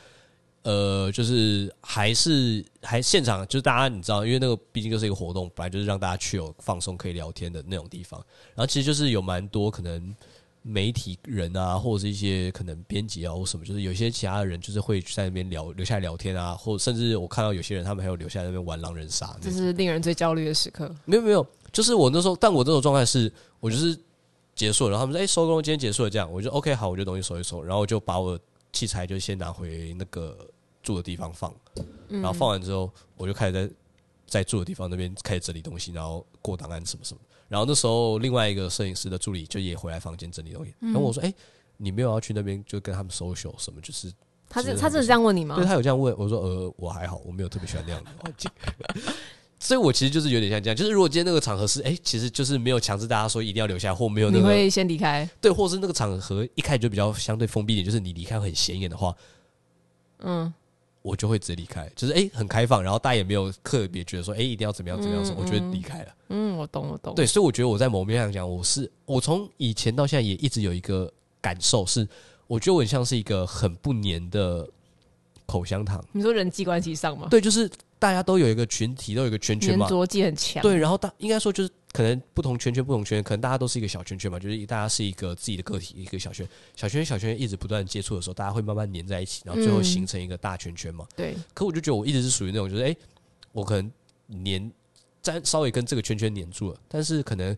Speaker 1: 呃，就是还是还现场，就是大家你知道，因为那个毕竟就是一个活动，本来就是让大家去有放松可以聊天的那种地方。然后其实就是有蛮多可能媒体人啊，或者是一些可能编辑啊或什么，就是有些其他的人就是会在那边聊留下来聊天啊，或甚至我看到有些人他们还有留下来那边玩狼人杀那
Speaker 2: 这
Speaker 1: 种。
Speaker 2: 是令人最焦虑的时刻。
Speaker 1: 没有没有，就是我那时候，但我那种状态是，我就是结束了，然后他们说哎、收工，今天结束了这样，我就 OK 好，我就东西收一收，然后我就把我器材就先拿回那个住的地方放，然后放完之后，我就开始在在住的地方那边开始整理东西，然后过档案什么什么。然后那时候另外一个摄影师的助理就也回来房间整理东西，然后我说：“哎、你没有要去那边就跟他们 social 什么？就是
Speaker 2: 他
Speaker 1: 是
Speaker 2: 是
Speaker 1: 的
Speaker 2: 他真的这样问你吗
Speaker 1: 对？他有这样问，我说呃，我还好，我没有特别喜欢
Speaker 2: *laughs*
Speaker 1: 那样的环境。所以，我其实就是有点像这样，就是如果今天那个场合是，哎、其实就是没有强制大家说一定要留下，或没有那
Speaker 2: 你
Speaker 1: 个
Speaker 2: 会先离开？
Speaker 1: 对，或是那个场合一开始就比较相对封闭一点，就是你离开会很显眼的话，
Speaker 2: 嗯，
Speaker 1: 我就会直接离开，就是哎、很开放，然后大家也没有特别觉得说，哎、一定要怎么样怎么样，
Speaker 2: 嗯
Speaker 1: 我就会离开了。
Speaker 2: 嗯，我懂，我懂。
Speaker 1: 对，所以我觉得我在某面上讲，我是我从以前到现在也一直有一个感受是，我觉得我很像是一个很不粘的口香糖。
Speaker 2: 你说人际关系上吗？
Speaker 1: *laughs* 对，就是大家都有一个群体，都有一个圈圈
Speaker 2: 粘
Speaker 1: 嘛。
Speaker 2: 着剂很强。
Speaker 1: 对，然后大应该说就是可能不同圈圈不同圈，可能大家都是一个小圈圈嘛，就是大家是一个自己的个体，一个小圈小圈小圈一直不断接触的时候，大家会慢慢粘在一起，然后最后
Speaker 2: 嗯
Speaker 1: 形成一个大圈圈嘛。
Speaker 2: 对，
Speaker 1: 可我就觉得我一直是属于那种，就是哎、诶我可能粘粘稍微跟这个圈圈粘住了，但是可能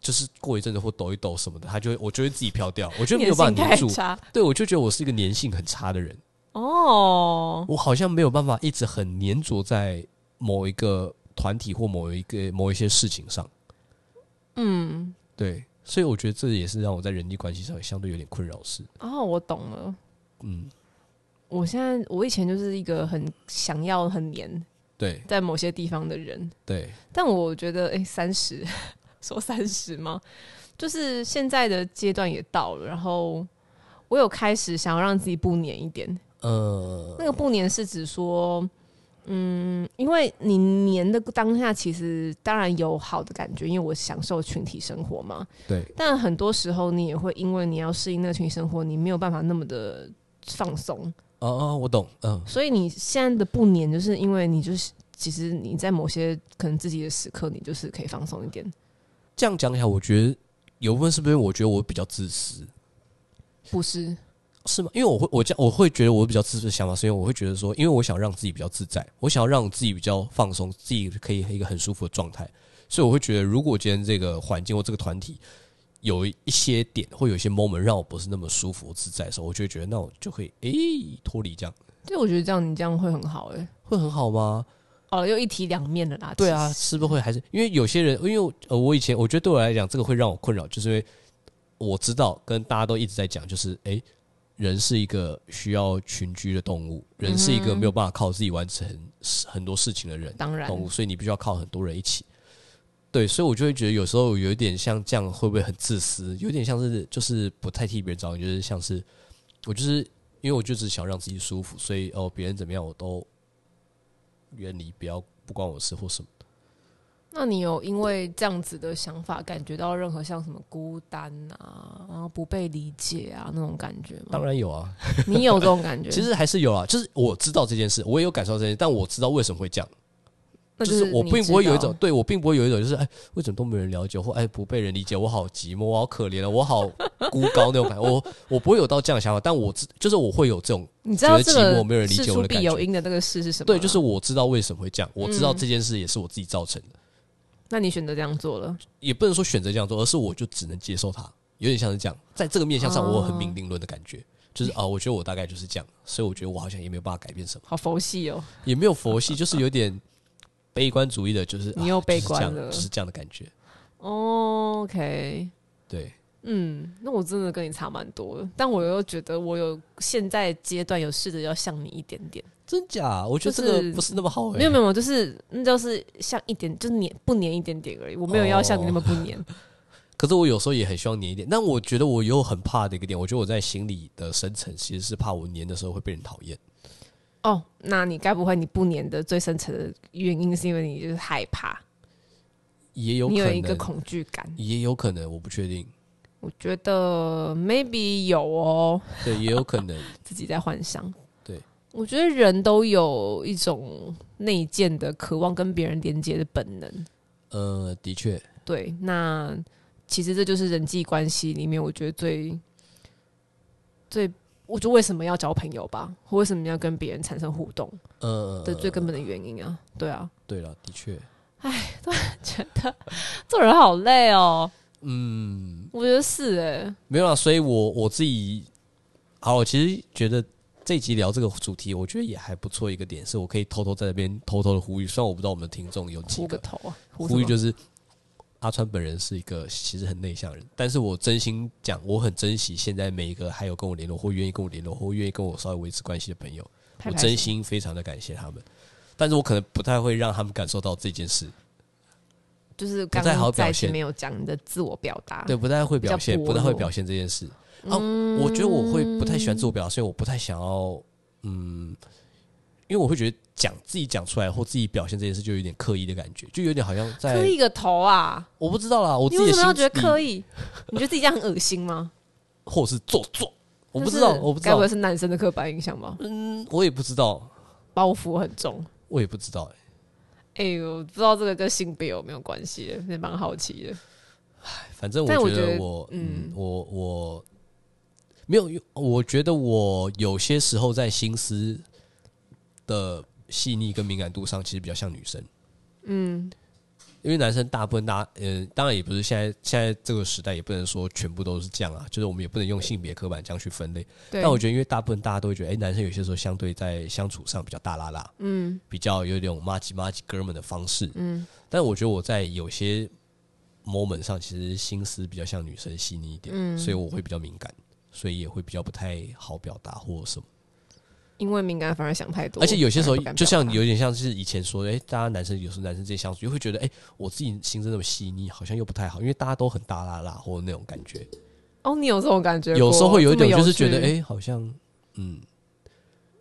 Speaker 1: 就是过一阵子或抖一抖什么的，它就会我就会自己飘掉，我觉得没有
Speaker 2: *laughs*
Speaker 1: 办法
Speaker 2: 粘
Speaker 1: 粘
Speaker 2: 性太。
Speaker 1: 住
Speaker 2: 差
Speaker 1: 对，我就觉得我是一个粘性很差的人，
Speaker 2: 哦。
Speaker 1: 我好像没有办法一直很粘着在某一个团体或某一个某一些事情上。
Speaker 2: 嗯，
Speaker 1: 对，所以我觉得这也是让我在人际关系上相对有点困扰的事。
Speaker 2: 哦，我懂了。
Speaker 1: 嗯，
Speaker 2: 我现在我以前就是一个很想要很黏
Speaker 1: 对
Speaker 2: 在某些地方的人，
Speaker 1: 对，
Speaker 2: 但我觉得，哎、3三十， *laughs* 说三十吗？就是现在的阶段也到了，然后我有开始想要让自己不黏一点。
Speaker 1: 呃，
Speaker 2: 那个不黏是指说，嗯，因为你黏的当下，其实当然有好的感觉，因为我享受群体生活嘛。
Speaker 1: 对
Speaker 2: 但很多时候，你也会因为你要适应那个群体生活，你没有办法那么的放松。
Speaker 1: 哦哦，我懂，嗯
Speaker 2: 所以你现在的不黏，就是因为你就是其实你在某些可能自己的时刻，你就是可以放松一点。
Speaker 1: 这样讲起来，我觉得有部分是不是因为我觉得我比较自私，
Speaker 2: 不是，
Speaker 1: 是吗？因为我会我这样我会觉得我比较自私的想法，是因为我会觉得说，因为我想让自己比较自在，我想要让自己比较放松，自己可以一个很舒服的状态，所以我会觉得，如果今天这个环境或这个团体有一些点或有一些 moment 让我不是那么舒服自在的时候，我就会觉得，那我就可以诶脱离这样，
Speaker 2: 对，我觉得这样你这样会很好哎、
Speaker 1: 会很好吗？
Speaker 2: 哦，又一体两面的啦。
Speaker 1: 对啊，
Speaker 2: 其实
Speaker 1: 是不是会还是因为有些人，因为我呃，我以前我觉得对我来讲，这个会让我困扰，就是因为我知道跟大家都一直在讲，就是诶，人是一个需要群居的动物，人是一个没有办法靠自己完成很多事情的人，
Speaker 2: 当然
Speaker 1: 动物，所以你必须要靠很多人一起。对，所以我就会觉得有时候有一点像这样，会不会很自私？有点像是就是不太替别人着想，就是像是我就是因为我就只想让自己舒服，所以哦别人怎么样我都远离，不要不关我事或什么。
Speaker 2: 那你有因为这样子的想法，感觉到任何像什么孤单啊，然后不被理解啊那种感觉吗？
Speaker 1: 当，然有啊，
Speaker 2: 你有这种感觉，
Speaker 1: *laughs* 其实还是有啊。就是我知道这件事，我也有感受到这件事，但我知道为什么会这样。
Speaker 2: 那
Speaker 1: 就是我
Speaker 2: 你
Speaker 1: 并
Speaker 2: 知
Speaker 1: 不会有一
Speaker 2: 道
Speaker 1: 种，对我并不会有一种，就是哎，为什么都没有人了解，或哎不被人理解，我好寂寞，我好可怜啊，我好孤高那种感觉。我我不会有到这样的想法，但我知就是我会有这种，
Speaker 2: 你知道
Speaker 1: 觉
Speaker 2: 这
Speaker 1: 得寂
Speaker 2: 个
Speaker 1: 寞没有人理
Speaker 2: 事
Speaker 1: 解我
Speaker 2: 出
Speaker 1: 的感
Speaker 2: 必有
Speaker 1: 觉
Speaker 2: 因的那个事是什么？
Speaker 1: 对，就是我知道为什么会这样，我知道
Speaker 2: 嗯
Speaker 1: 这件事也是我自己造成的，
Speaker 2: 那你选择这样做了，
Speaker 1: 也不能说选择这样做，而是我就只能接受它，有点像是这样，在这个面向上，我有
Speaker 2: 哦
Speaker 1: 很命定论的感觉。就是啊，我觉得我大概就是这样，所以我觉得我好像也没有办法改变什么。
Speaker 2: 好佛系哦，
Speaker 1: 也没有佛系，就是有点悲观主义的，就是
Speaker 2: 你又
Speaker 1: 啊
Speaker 2: 悲观
Speaker 1: 就是这样
Speaker 2: 了
Speaker 1: 就是这样的感觉。
Speaker 2: 哦 OK。
Speaker 1: 对，
Speaker 2: 嗯，那我真的跟你差蛮多的，但我又觉得我有现在阶段有试着要像你一点点，
Speaker 1: 真假？我觉得这
Speaker 2: 就
Speaker 1: 个
Speaker 2: 是
Speaker 1: 不是那么好欸诶、
Speaker 2: 没有没有，就是那就是像一点，就是黏不黏一点点而已，我没有要像你那么不黏。
Speaker 1: 可是我有时候也很希望黏一点，但我觉得我又很怕的一个点，我觉得我在心里的深层其实是怕我黏的时候会被人讨厌。
Speaker 2: 哦，那你该不会你不黏的最深层的原因是因为你就是害怕，
Speaker 1: 也有可
Speaker 2: 你有
Speaker 1: 能，
Speaker 2: 一个恐惧感？
Speaker 1: 也有可能，我不确定。
Speaker 2: 我觉得 maybe 有哦，
Speaker 1: 对，也有可能。
Speaker 2: 自己在幻想。
Speaker 1: 对，
Speaker 2: 我觉得人都有一种内建的渴望跟别人连接的本能。
Speaker 1: 呃，的确，
Speaker 2: 对，那其实这就是人际关系里面，我觉得最最，我觉得为什么要交朋友吧，或为什么要跟别人产生互动
Speaker 1: 呃，
Speaker 2: 的最根本的原因啊。对啊，
Speaker 1: 对了，的确，
Speaker 2: 觉得做人好累哦，
Speaker 1: 嗯，
Speaker 2: 我觉得是哎、
Speaker 1: 没有啦，所以我我自己，好，我其实觉得这集聊这个主题，我觉得也还不错。一个点是我可以偷偷在那边偷偷的呼吁，虽然我不知道我们的听众有几
Speaker 2: 糊个
Speaker 1: 个，
Speaker 2: 头啊，糊什
Speaker 1: 呼吁
Speaker 2: 么
Speaker 1: 就是阿川本人是一个其实很内向的人，但是我真心讲，我很珍惜现在每一个还有跟我联络或愿意跟我联络或愿意跟我稍微维持关系的朋友，
Speaker 2: 太
Speaker 1: 我
Speaker 2: 开
Speaker 1: 真
Speaker 2: 心
Speaker 1: 心非常的感谢他们。但是我可能不太会让他们感受到这件事，
Speaker 2: 就是刚
Speaker 1: 不太好
Speaker 2: 刚
Speaker 1: 表
Speaker 2: 在一起
Speaker 1: 现
Speaker 2: 没有讲你的自我表达，
Speaker 1: 对，不太会表现，
Speaker 2: 比较
Speaker 1: 不
Speaker 2: 薄
Speaker 1: 太会
Speaker 2: 弱嗯
Speaker 1: 表现这件事。哦、我觉得我会不太喜欢自我表达，所以我不太想要，嗯，因为我会觉得讲自己讲出来或自己表现这件事，就有点刻意的感觉，就有点好像
Speaker 2: 刻
Speaker 1: 在，
Speaker 2: 意个头啊！
Speaker 1: 我不知道啦，我自
Speaker 2: 你
Speaker 1: 己
Speaker 2: 为
Speaker 1: 的
Speaker 2: 什么要
Speaker 1: 心
Speaker 2: 觉得刻
Speaker 1: 意，
Speaker 2: 意？你觉得自己这样很恶心吗？
Speaker 1: 或者是做作， *laughs* 我不知
Speaker 2: 就
Speaker 1: 道，
Speaker 2: 是
Speaker 1: 我不知
Speaker 2: 该不
Speaker 1: 道
Speaker 2: 会，是男生的刻板印象吧？
Speaker 1: 嗯，我也不知道，
Speaker 2: 包袱很重。
Speaker 1: 我也不知道、欸，
Speaker 2: 哎、我不知道这个跟性别有没有关系，也蛮好奇的。
Speaker 1: 反正我
Speaker 2: 但我
Speaker 1: 觉
Speaker 2: 觉
Speaker 1: 得
Speaker 2: 得
Speaker 1: 我，
Speaker 2: 嗯
Speaker 1: 嗯，我我没有，我觉得我有些时候在心思的细腻跟敏感度上，其实比较像女生。
Speaker 2: 嗯，
Speaker 1: 因为男生大部分大呃，当然也不是现在现在这个时代也不能说全部都是这样啊，就是我们也不能用性别刻板这样去分类。
Speaker 2: 对。
Speaker 1: 但我觉得，因为大部分大家都会觉得，哎、男生有些时候相对在相处上比较大拉拉，
Speaker 2: 嗯
Speaker 1: 比较有点妈吉妈吉哥们的方式。
Speaker 2: 嗯，
Speaker 1: 但我觉得我在有些 moment 上，其实心思比较像女生细腻一点，
Speaker 2: 嗯
Speaker 1: 所以我会比较敏感，所以也会比较不太好表达或什么。
Speaker 2: 因为敏感反而想太多，
Speaker 1: 而且有些时候
Speaker 2: 反而不敢，
Speaker 1: 就
Speaker 2: 表
Speaker 1: 像
Speaker 2: 达
Speaker 1: 有点像是以前说的，哎、大家男生有时候男生之间相处，就会觉得，哎、我自己心真那么细腻，好像又不太好，因为大家都很大啦啦或者那种感觉，
Speaker 2: 哦，你有这种感觉过，
Speaker 1: 有时候会有一种就是觉得，
Speaker 2: 这么
Speaker 1: 哎
Speaker 2: 有趣、
Speaker 1: 好像，嗯，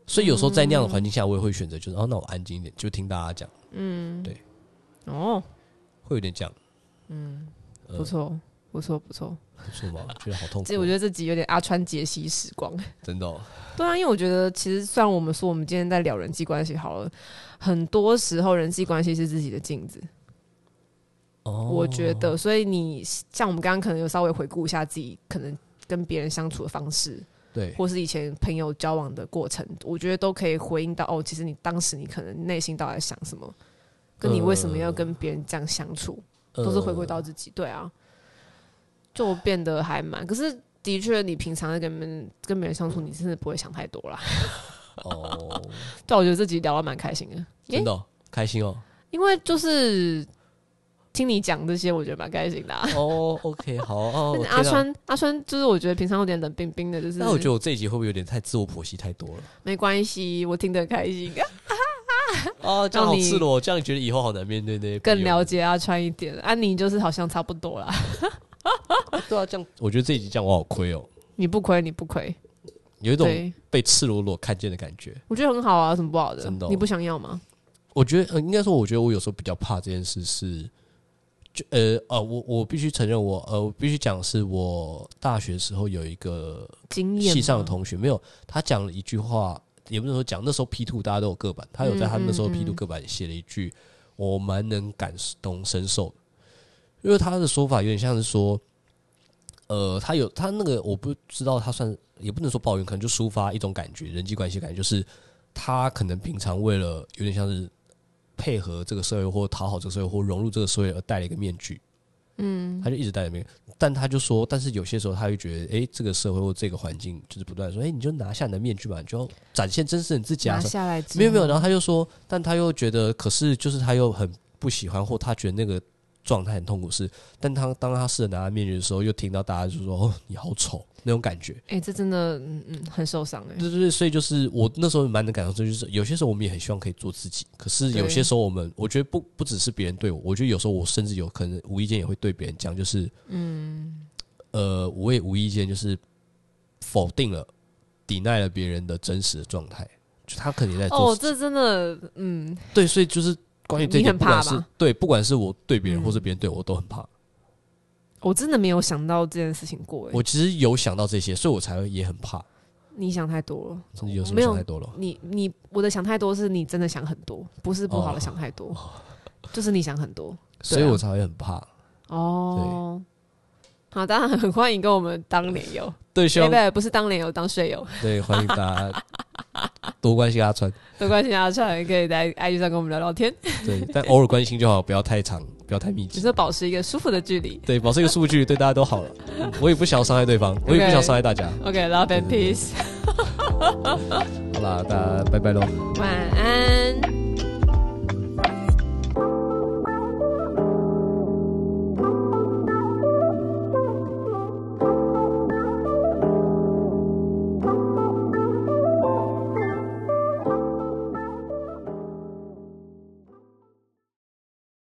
Speaker 1: 所以有时候在那样的环境下，我也会选择就是，哦，那我安静一点，就听大家讲，
Speaker 2: 嗯，
Speaker 1: 对，
Speaker 2: 哦，
Speaker 1: 会有点这样，嗯，
Speaker 2: 不错，不错，不错。
Speaker 1: 不错嘛，觉得好痛苦
Speaker 2: 这我
Speaker 1: 哦，
Speaker 2: 觉得这集有点阿川解析时光。
Speaker 1: 真的、哦，
Speaker 2: 对啊，因为我觉得其实虽然我们说我们今天在聊人际关系好了，很多时候人际关系是自己的镜子，
Speaker 1: 哦
Speaker 2: 我觉得。所以你像我们刚刚可能有稍微回顾一下自己可能跟别人相处的方式，
Speaker 1: 哦对，
Speaker 2: 或是以前朋友交往的过程，我觉得都可以回应到哦，其实你当时你可能内心到底在想什么，跟你为什么
Speaker 1: 呃
Speaker 2: 要跟别人这样相处。都是回归到自己。对啊，就变得还蛮。可是的确，你平常在跟别人跟别人相处，你真的不会想太多啦。 *laughs*
Speaker 1: 呃哦，
Speaker 2: 对，我觉得自己聊得蛮开心的，
Speaker 1: 真的哦、开心哦，
Speaker 2: 因为就是听你讲这些，我觉得蛮开心的、啊。
Speaker 1: 哦，OK，
Speaker 2: *laughs*
Speaker 1: 好哦，
Speaker 2: 但
Speaker 1: 我
Speaker 2: 是阿
Speaker 1: 知道。
Speaker 2: 川，阿川就是我觉得平常有点冷冰冰的，就是
Speaker 1: 那我觉得我这一集会不会有点太自我剖析太多了？
Speaker 2: 没关系，我听得很开心，啊
Speaker 1: *laughs* 哦，这样好
Speaker 2: 让你
Speaker 1: 赤裸，这样觉得以后好难面对那些
Speaker 2: 更
Speaker 1: 朋友
Speaker 2: 了。解阿川一点。安妮就是好像差不多啦， *laughs*
Speaker 1: 对啊，这样我觉得这一集这样我好亏哦，
Speaker 2: 你不亏，你不亏，
Speaker 1: 有一种
Speaker 2: 对
Speaker 1: 被赤裸裸看见的感觉。
Speaker 2: 我觉得很好啊，有什么不好的？
Speaker 1: 真的哦
Speaker 2: 你不想要吗？
Speaker 1: 我觉得，呃，应该说，我觉得我有时候比较怕这件事是，就呃呃，我我必须承认我，呃，我必须讲是我大学时候有一个
Speaker 2: 经验
Speaker 1: 系上的
Speaker 2: 吗
Speaker 1: 同学，没有他讲了一句话，也不是说讲，那时候 P two 大家都有各版，他有在他们那时候
Speaker 2: 嗯嗯
Speaker 1: P two 各版写了一句，我蛮能感同身受，因为他的说法有点像是说，呃，他有他那个我不知道他算也不能说抱怨，可能就抒发一种感觉，人际关系感觉就是他可能平常为了有点像是配合这个社会或讨好这个社会或融入这个社会而戴了一个面具。嗯，他就一直戴着面具，但他就说，但是有些时候他会觉得，哎、这个社会或这个环境就是不断地说，哎、你就拿下你的面具吧，你就要展现真实的你自己啊
Speaker 2: 拿
Speaker 1: 什么
Speaker 2: 下来之
Speaker 1: 没有没有，
Speaker 2: 后
Speaker 1: 然后他就说，但他又觉得，可是就是他又很不喜欢，或他觉得那个状态很痛苦是，但他当他试着拿下面具的时候，又听到大家就说：“哦，你好丑”那种感觉。
Speaker 2: 哎、这真的，嗯嗯，很受伤哎、
Speaker 1: 对对对，所以就是我那时候蛮能感受，就是有些时候我们也很希望可以做自己，可是有些时候我们，我觉得不不只是别人对我，我觉得有时候我甚至有可能无意间也会对别人讲，就是嗯，呃，我也无意间就是否定了、抵赖了别人的真实的状态，就他肯定在做
Speaker 2: 哦，这真的，嗯，
Speaker 1: 对，所以就是关于这一
Speaker 2: 你
Speaker 1: 点，
Speaker 2: 很
Speaker 1: 不管
Speaker 2: 怕
Speaker 1: 是
Speaker 2: 吧
Speaker 1: 对，不管是我对别人，
Speaker 2: 嗯
Speaker 1: 或是别人对我，我都很怕。
Speaker 2: 我真的没有想到这件事情过哎、
Speaker 1: 我其实有想到这些，所以我才会也很怕。
Speaker 2: 你想太多了，
Speaker 1: 真的有什
Speaker 2: 哦
Speaker 1: 么
Speaker 2: 没有啊
Speaker 1: 想太多了？
Speaker 2: 你你我的想太多是你真的想很多，不是不好
Speaker 1: 哦
Speaker 2: 的想太多，就是你想很
Speaker 1: *laughs*
Speaker 2: 多
Speaker 1: 所以我才会很怕。
Speaker 2: 哦。好，当然很欢迎跟我们当连友，
Speaker 1: 对， *laughs* 希
Speaker 2: 对
Speaker 1: 望
Speaker 2: 不对？不是当连友，当睡友。
Speaker 1: 对欢迎大家多关心阿川。
Speaker 2: 多关心阿川，也可以在 IG 上跟我们聊聊天，
Speaker 1: 对，但偶尔关心就好，不要太长，不要太密
Speaker 2: 只
Speaker 1: 集。
Speaker 2: 是保持一个舒服的距离。
Speaker 1: 对，保持一个数据对大家都好了。嗯我也不想要伤害对方，我也不
Speaker 2: OK
Speaker 1: 想伤害大家。
Speaker 2: OK，love、and
Speaker 1: 对对
Speaker 2: peace，
Speaker 1: 好啦，大家拜拜喽。
Speaker 2: 晚安。